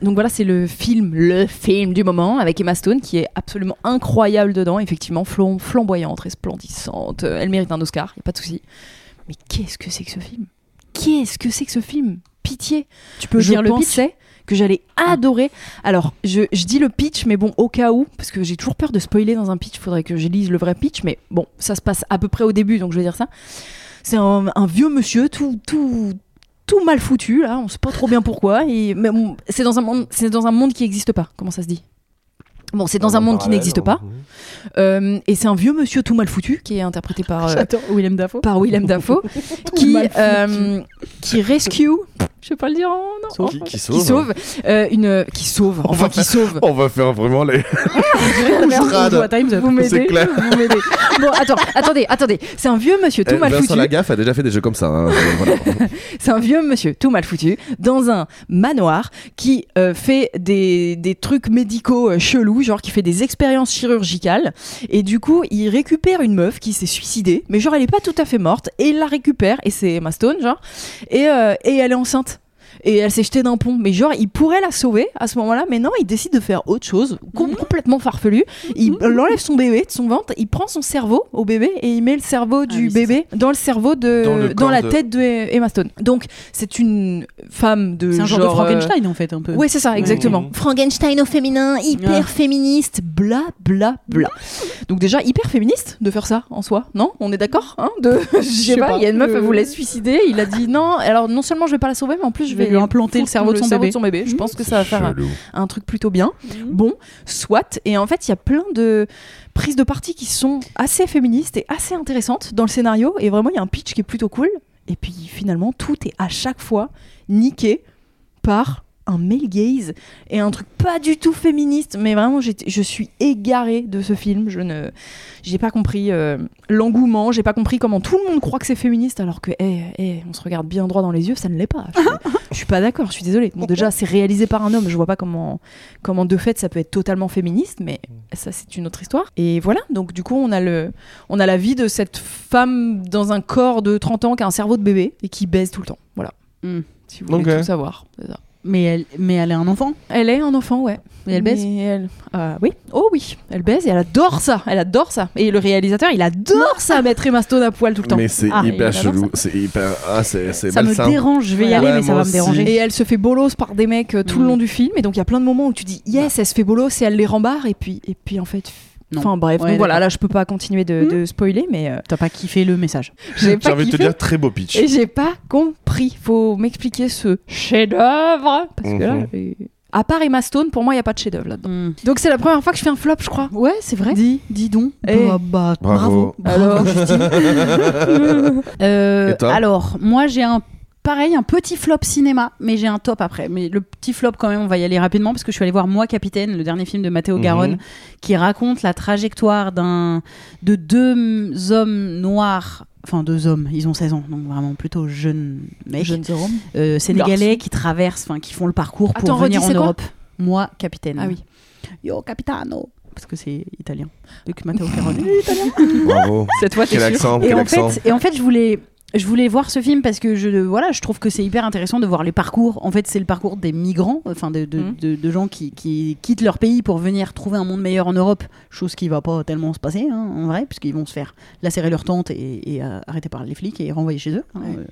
Donc voilà, c'est le film, le film du moment avec Emma Stone qui est absolument incroyable dedans, effectivement flam- flamboyante, resplendissante. Euh, Elle mérite un Oscar, y a pas de souci. Mais qu'est-ce que c'est que ce film Qu'est-ce que c'est que ce film Pitié. Tu peux dire le pitch que j'allais adorer. Alors, je, je dis le pitch, mais bon, au cas où, parce que j'ai toujours peur de spoiler dans un pitch, faudrait que je lise le vrai pitch, mais bon, ça se passe à peu près au début, donc je vais dire ça. C'est un, un vieux monsieur, tout, tout, tout mal foutu, là, on sait pas trop bien pourquoi, et, mais bon, c'est dans, un monde- c'est dans un monde qui n'existe pas, comment ça se dit Bon, c'est dans un monde qui hein. n'existe pas, euh, et c'est un vieux monsieur tout mal foutu, qui est interprété par... euh, J'adore Willem Dafoe. par Willem Dafoe, qui, mal foutu. euh, qui rescue, je sais pas le dire en non, Sauve. Qui, qui sauve. qui sauve, euh, une, qui sauve, enfin qui sauve. On va faire vraiment les. Oustrade. Ou à Time's Up. Vous C'est m'aidez, clair. vous m'aidez. Bon, attends, attendez, attendez. C'est un vieux monsieur tout Eh, mal Vincent foutu. Lagaffe a déjà fait des jeux comme ça. hein. Voilà. C'est un vieux monsieur tout mal foutu dans un manoir qui euh, fait des, des trucs médicaux euh, chelous, genre qui fait des expériences chirurgicales. Et du coup, il récupère une meuf qui s'est suicidée, mais genre elle est pas tout à fait morte. Et il la récupère, et c'est Emma Stone, genre. Et, euh, et elle est enceinte. et elle s'est jetée d'un pont. Mais genre, il pourrait la sauver à ce moment-là, mais non, il décide de faire autre chose, com- complètement farfelu. Il enlève son bébé de son ventre, il prend son cerveau au bébé et il met le cerveau du oui, c'est bébé dans le cerveau de. Dans le Euh, dans corps la de- tête de Emma Stone. Donc, c'est une femme de. C'est un genre, de euh, Frankenstein en fait un peu. Ouais, c'est ça, exactement. Mhm. Frankenstein au féminin, hyper Ouais. féministe, bla bla bla. Donc déjà hyper féministe de faire ça en soi, non On est d'accord hein De je sais pas, il y a une meuf elle voulait se suicider, il a dit non. Alors non seulement je vais pas la sauver, mais en plus je Je vais vais lui implanter foutre le cerveau de son bébé. Mmh. Je pense que ça va faire un- Chelou. un truc plutôt bien. Mmh. Bon, soit. Et en fait, il y a plein de prises de parti qui sont assez féministes et assez intéressantes dans le scénario. Et vraiment, il y a un pitch qui est plutôt cool. Et puis finalement, tout est à chaque fois niqué par un male gaze et un truc pas du tout féministe. Mais vraiment, j'étais- je suis égarée de ce film. Je ne, j'ai pas compris euh, l'engouement. J'ai pas compris comment tout le monde croit que c'est féministe alors que, eh, eh, on se regarde bien droit dans les yeux, ça ne l'est pas. Je, je suis pas d'accord. Je suis désolée. Bon, déjà, c'est réalisé par un homme. Je vois pas comment comment de fait ça peut être totalement féministe, mais ça c'est une autre histoire. Et voilà, donc du coup on a, le, on a la vie de cette femme dans un corps de 30 ans qui a un cerveau de bébé et qui baise tout le temps. Voilà. Mm. Si vous voulez Ok. tout savoir. c'est ça. Mais elle, mais elle est un enfant. Elle est un enfant, ouais. Et elle baise Mais elle- Ah Oui. Oh oui, elle baise et elle adore ça. Elle adore ça. Et le réalisateur, il adore ça, mettre Emma Stone à poil tout le temps. Mais c'est Ah, il hyper adore chelou. C'est hyper. Ah, c'est c'est Ça me malsain. dérange, je vais y Voilà. aller, Ouais, mais ça moi va me aussi. déranger. Et elle se fait bolos par des mecs euh, tout le long du film. Et donc il y a plein de moments où tu dis yes, elle se fait bolos et elle les rembarre. Et puis, et puis en fait. f- Bah. Non. Enfin bref, Ouais, donc voilà, d'accord. Hmm là je peux pas continuer de, de spoiler, mais euh, T'as pas kiffé le message. j'ai J'ai pas envie de te kiffé dire très beau pitch. et j'ai pas compris. Faut m'expliquer ce chef-d'œuvre parce que là, Mhm. j'ai- à part Emma Stone, pour moi il y a pas de chef-d'œuvre là-dedans. Donc c'est la première fois que je fais un flop, je crois. Ouais, c'est Hum, vrai. Dis, dis donc. Eh. Bah, bah, Bravo. bravo. Alors, Euh, Et toi alors, moi j'ai un pareil, un petit flop cinéma, mais j'ai un top après. Mais le petit flop quand même, on va y aller rapidement parce que je suis allée voir Moi Capitaine, le dernier film de Matteo Mhm. Garonne, qui raconte la trajectoire d'un de deux hommes noirs. Enfin, deux hommes, ils ont 16 ans, donc vraiment plutôt jeunes mecs, jeune Jérôme. euh, sénégalais qui traversent, enfin qui font le parcours pour Attends, venir redis, en c'est quoi Europe. Moi, capitaine. Ah oui. Yo, capitano. Parce que c'est italien. Donc Matteo Garonne. Bravo. Cette fois, Quel accent, et quel en accent. fait et en fait je voulais je voulais voir ce film parce que je voilà je trouve que c'est hyper intéressant de voir les parcours en fait c'est le parcours des migrants enfin de, de, Mhm. de- de gens qui, qui quittent leur pays pour venir trouver un monde meilleur en Europe chose qui va pas tellement se passer hein, en vrai puisqu'ils vont se faire lacérer leur tente et, et, euh, arrêter par les flics et renvoyer chez eux hein. Ouais. Euh,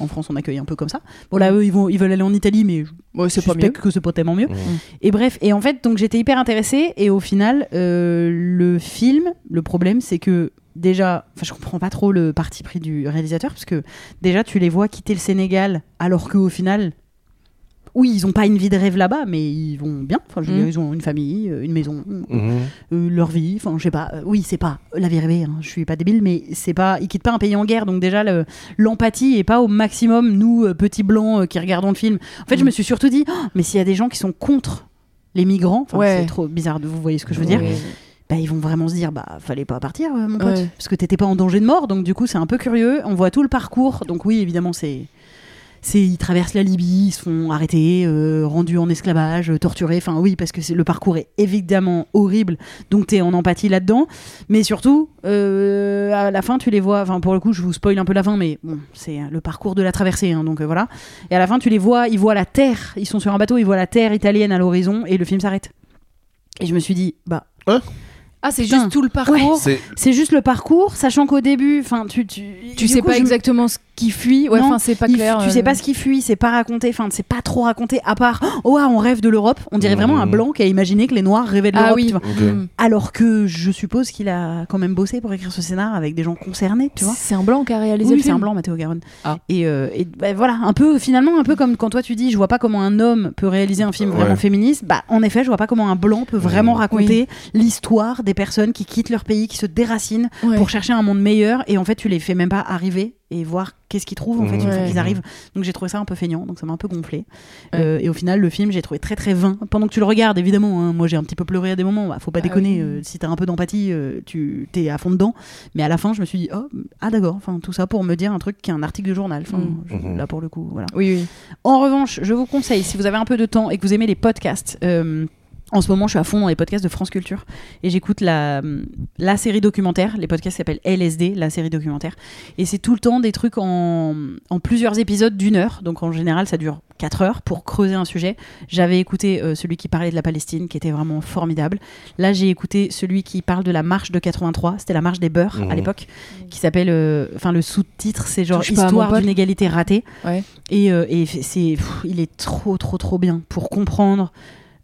en France on accueille un peu comme ça bon là eux ils vont ils veulent aller en Italie mais je c'est pas suspecte mieux. que c'est pas tellement mieux Mhm. et bref, et en fait, donc j'étais hyper intéressée. Et au final, euh, le film, le problème, c'est que déjà, enfin, je comprends pas trop le parti pris du réalisateur, parce que déjà, tu les vois quitter le Sénégal, alors qu'au final, oui, ils ont pas une vie de rêve là-bas, mais ils vont bien. Enfin, je veux Mm. dire, ils ont une famille, euh, une maison, Mhm. euh, leur vie. Enfin, je sais pas. Euh, oui, c'est pas la vie rêvée. hein. Je suis pas débile, mais c'est pas. Ils quittent pas un pays en guerre, donc déjà le- l'empathie est pas au maximum. Nous, euh, petits blancs euh, qui regardons le film. En fait, je me suis surtout dit, Oh, mais s'il y a des gens qui sont contre les migrants, enfin, Ouais. c'est trop bizarre. de Vous voyez ce que je veux dire bah, ils vont vraiment se dire bah fallait pas partir euh, mon pote Ouais. parce que t'étais pas en danger de mort donc du coup c'est un peu curieux on voit tout le parcours donc oui évidemment c'est c'est ils traversent la Libye ils se font arrêter euh, rendus en esclavage euh, torturés enfin oui parce que c'est le parcours est évidemment horrible donc t'es en empathie là dedans mais surtout euh, à la fin tu les vois enfin pour le coup je vous spoil un peu la fin mais bon c'est le parcours de la traversée hein, donc euh, voilà et à la fin tu les vois ils voient la terre ils sont sur un bateau ils voient la terre italienne à l'horizon et le film s'arrête et je me suis dit bah Ah, c'est Putain. juste tout le parcours. Ouais. C'est c'est juste le parcours, sachant qu'au début, enfin, tu, tu, Tu du sais coup, pas je- exactement ce qui fuit. Ouais, Non, enfin, c'est pas il- clair. tu euh, sais pas ce qui fuit, c'est pas raconté, enfin, c'est pas trop raconté, à part, oh, ah, on rêve de l'Europe. On dirait Mhm. vraiment un blanc qui a imaginé que les Noirs rêvaient de Ah l'Europe. oui. tu vois. Ok. Mm. Alors que je suppose qu'il a quand même bossé pour écrire ce scénar avec des gens concernés, tu vois. C'est un blanc qui a réalisé Oui, le c'est film. un blanc, Mathéo Garonne. Ah. Et, euh, et, bah, voilà, un peu finalement, un peu comme quand toi tu dis, je vois pas comment un homme peut réaliser un film Ouais. vraiment féministe. Bah, en effet, je vois pas comment un blanc peut vraiment Mhm. raconter l'histoire des personnes qui quittent leur pays, qui se déracinent Ouais. pour chercher un monde meilleur et en fait tu les fais même pas arriver et voir qu'est-ce qu'ils trouvent en fait une Mmh. fois Ouais. qu'ils arrivent donc j'ai trouvé ça un peu feignant donc ça m'a un peu gonflé Euh, et au final le film j'ai trouvé très très vain pendant que tu le regardes évidemment hein, moi j'ai un petit peu pleuré à des moments bah, faut pas Bah déconner oui. euh, si t'as un peu d'empathie euh, tu t'es à fond dedans mais à la fin je me suis dit oh ah d'accord enfin tout ça pour me dire un truc qui est un article de journal enfin Mmh. je- Mmh. là pour le coup voilà Oui, oui. en revanche, je vous conseille, si vous avez un peu de temps et que vous aimez les podcasts, euh, En ce moment, je suis à fond dans les podcasts de France Culture et j'écoute la, euh, la série documentaire. Les podcasts s'appellent LSD, la série documentaire. Et c'est tout le temps des trucs en, en plusieurs épisodes d'une heure. Donc en général, ça dure 4 heures pour creuser un sujet. J'avais écouté euh, celui qui parlait de la Palestine, qui était vraiment formidable. Là, j'ai écouté celui qui parle de la marche de 83. C'était la marche des beurs à Mhm. l'époque, qui s'appelle. euh, Enfin, le sous-titre, c'est genre Touche pas à mon Histoire pote. d'une égalité ratée. Ouais. Et, euh, et f- c'est, pff, il est trop, trop, trop bien pour comprendre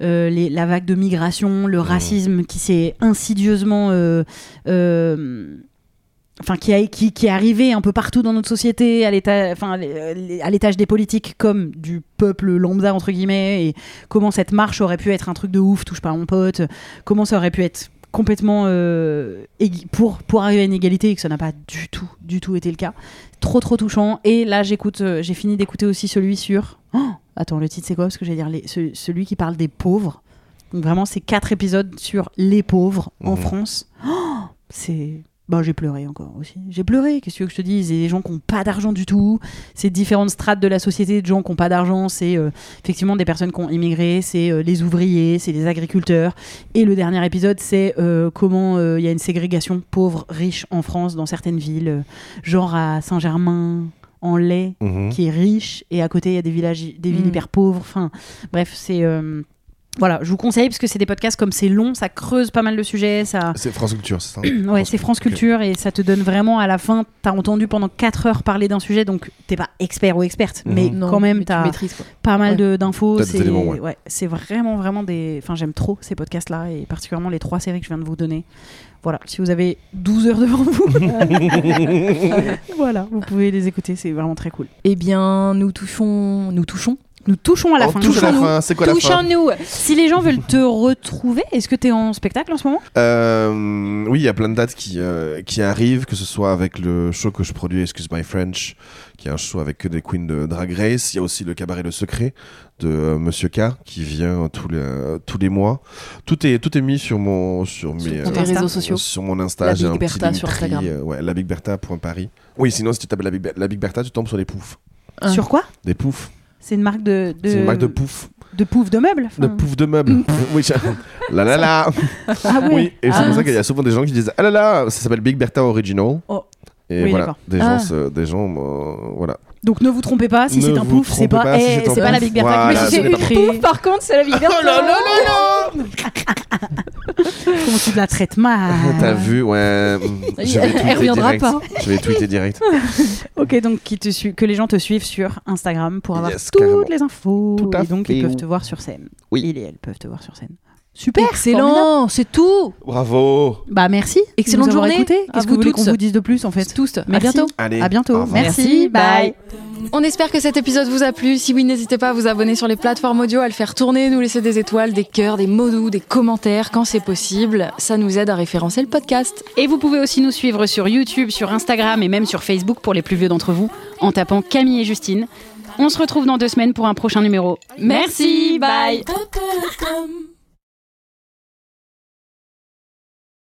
euh, les- la vague de migration, le racisme qui s'est insidieusement. euh, euh, Enfin, qui, a- qui, qui est arrivé un peu partout dans notre société, à l'éta- enfin, les- les- à l'étage des politiques comme du peuple lambda, entre guillemets, et comment cette marche aurait pu être un truc de ouf, touche pas à mon pote, comment ça aurait pu être complètement euh, égui- pour, pour arriver à une égalité et que ça n'a pas du tout, du tout été le cas. Trop, trop touchant. Et là, j'écoute, euh, j'ai fini d'écouter aussi celui sur. Oh Attends, le titre c'est quoi Parce que j'allais dire les- ce- celui qui parle des pauvres. Donc vraiment, c'est quatre épisodes sur les pauvres en Mhm. France. Oh c'est. Bah, j'ai pleuré encore aussi. J'ai pleuré, qu'est-ce que tu veux que je te dise C'est des gens qui n'ont pas d'argent du tout. C'est différentes strates de la société de gens qui n'ont pas d'argent. C'est euh, effectivement des personnes qui ont immigré, c'est euh, les ouvriers, c'est les agriculteurs. Et le dernier épisode, c'est euh, comment euh, il y a une ségrégation pauvre-riche en France dans certaines villes, euh, genre à Saint-Germain, en Laye, Mhm. qui est riche, et à côté, il y a des villages, des villes Mhm. hyper pauvres. Enfin, bref, c'est. euh, voilà, je vous conseille parce que c'est des podcasts comme c'est long, ça creuse pas mal de sujets, ça. C'est France Culture, c'est ça Ouais, c'est France Culture et ça te donne vraiment à la fin. T'as entendu pendant 4 heures parler d'un sujet, donc t'es pas expert ou experte, Mhm. mais Mm. Non, quand même, mais tu t'as maîtrises, quoi. pas mal Ouais. de- d'infos. T'as des C'est éléments, ouais. ouais, c'est vraiment, vraiment des. Enfin, j'aime trop ces podcasts-là et particulièrement les trois séries que je viens de vous donner. Voilà, si vous avez 12 heures devant vous, voilà, vous pouvez les écouter, c'est vraiment très cool. Eh bien, nous touchons, nous touchons. Nous touchons à la On fin. touche à la Touchons-nous. fin. C'est quoi la fin euh, Touchons-nous. Si les gens veulent te retrouver, est-ce que t'es en spectacle en ce moment Euh, oui, il y a plein de dates qui, euh, qui arrivent, que ce soit avec le show que je produis, Excuse My French, qui est un show avec que des queens de Drag Race. Il y a aussi le cabaret Le Secret de euh, Monsieur K, qui vient euh, tous les, euh, tous les mois. Tout est, tout est mis sur mon, sur Sur mes, tes euh, réseaux sociaux. Sur mon Insta, La j'ai Big un Bertha petit sur linktree, Instagram. euh, ouais, la Big Bertha.paris. Oui, sinon si tu tapes la Big, Be- la Big Bertha, tu tombes sur les poufs. Hein. Sur quoi Des poufs. C'est une marque de. de- C'est une marque de poufs. de pouf de meubles. De enfin. poufs de meubles. oui, j'ai- la la la. Ah Mmh. ouais. Oui, et c'est Ah, pour ça qu'il y a souvent des gens qui disent Ah là là, ça s'appelle Big Bertha Original. Oh. Et Oui, voilà, d'accord. des Ah. gens, se- des gens euh, voilà. Donc ne vous trompez pas, si Ne c'est un vous pouf, c'est trompez pas, pas, si eh, c'est un c'est pas pouf. la Big Bertha Voilà, qui c'est l'a pas créé. par contre, c'est la vie Oh là là là là Comment tu de la traites mal T'as vu, ouais. Elle Je vais tweeter reviendra direct. pas. Je vais tweeter direct. Ok, donc qui te su- que les gens te suivent sur Instagram pour avoir Yes, toutes carrément. les infos. Tout à et donc fait. ils peuvent te voir sur scène. Oui. Ils et elles peuvent te voir sur scène. Super, excellent, c'est tout. Bravo. Bah merci. de Excellente nous avoir journée. écoutés. À Qu'est-ce que vous vous voulez toutes. qu'on vous dise de plus en fait Tous. À Merci. bientôt. Allez. À au bientôt. revoir. Merci. Bye. On espère que cet épisode vous a plu. Si oui, n'hésitez pas à vous abonner sur les plateformes audio, à le faire tourner, nous laisser des étoiles, des cœurs, des mots doux, des commentaires quand c'est possible. Ça nous aide à référencer le podcast. Et vous pouvez aussi nous suivre sur YouTube, sur Instagram et même sur Facebook pour les plus vieux d'entre vous en tapant Camille et Justine. On se retrouve dans deux semaines pour un prochain numéro. Merci, bye.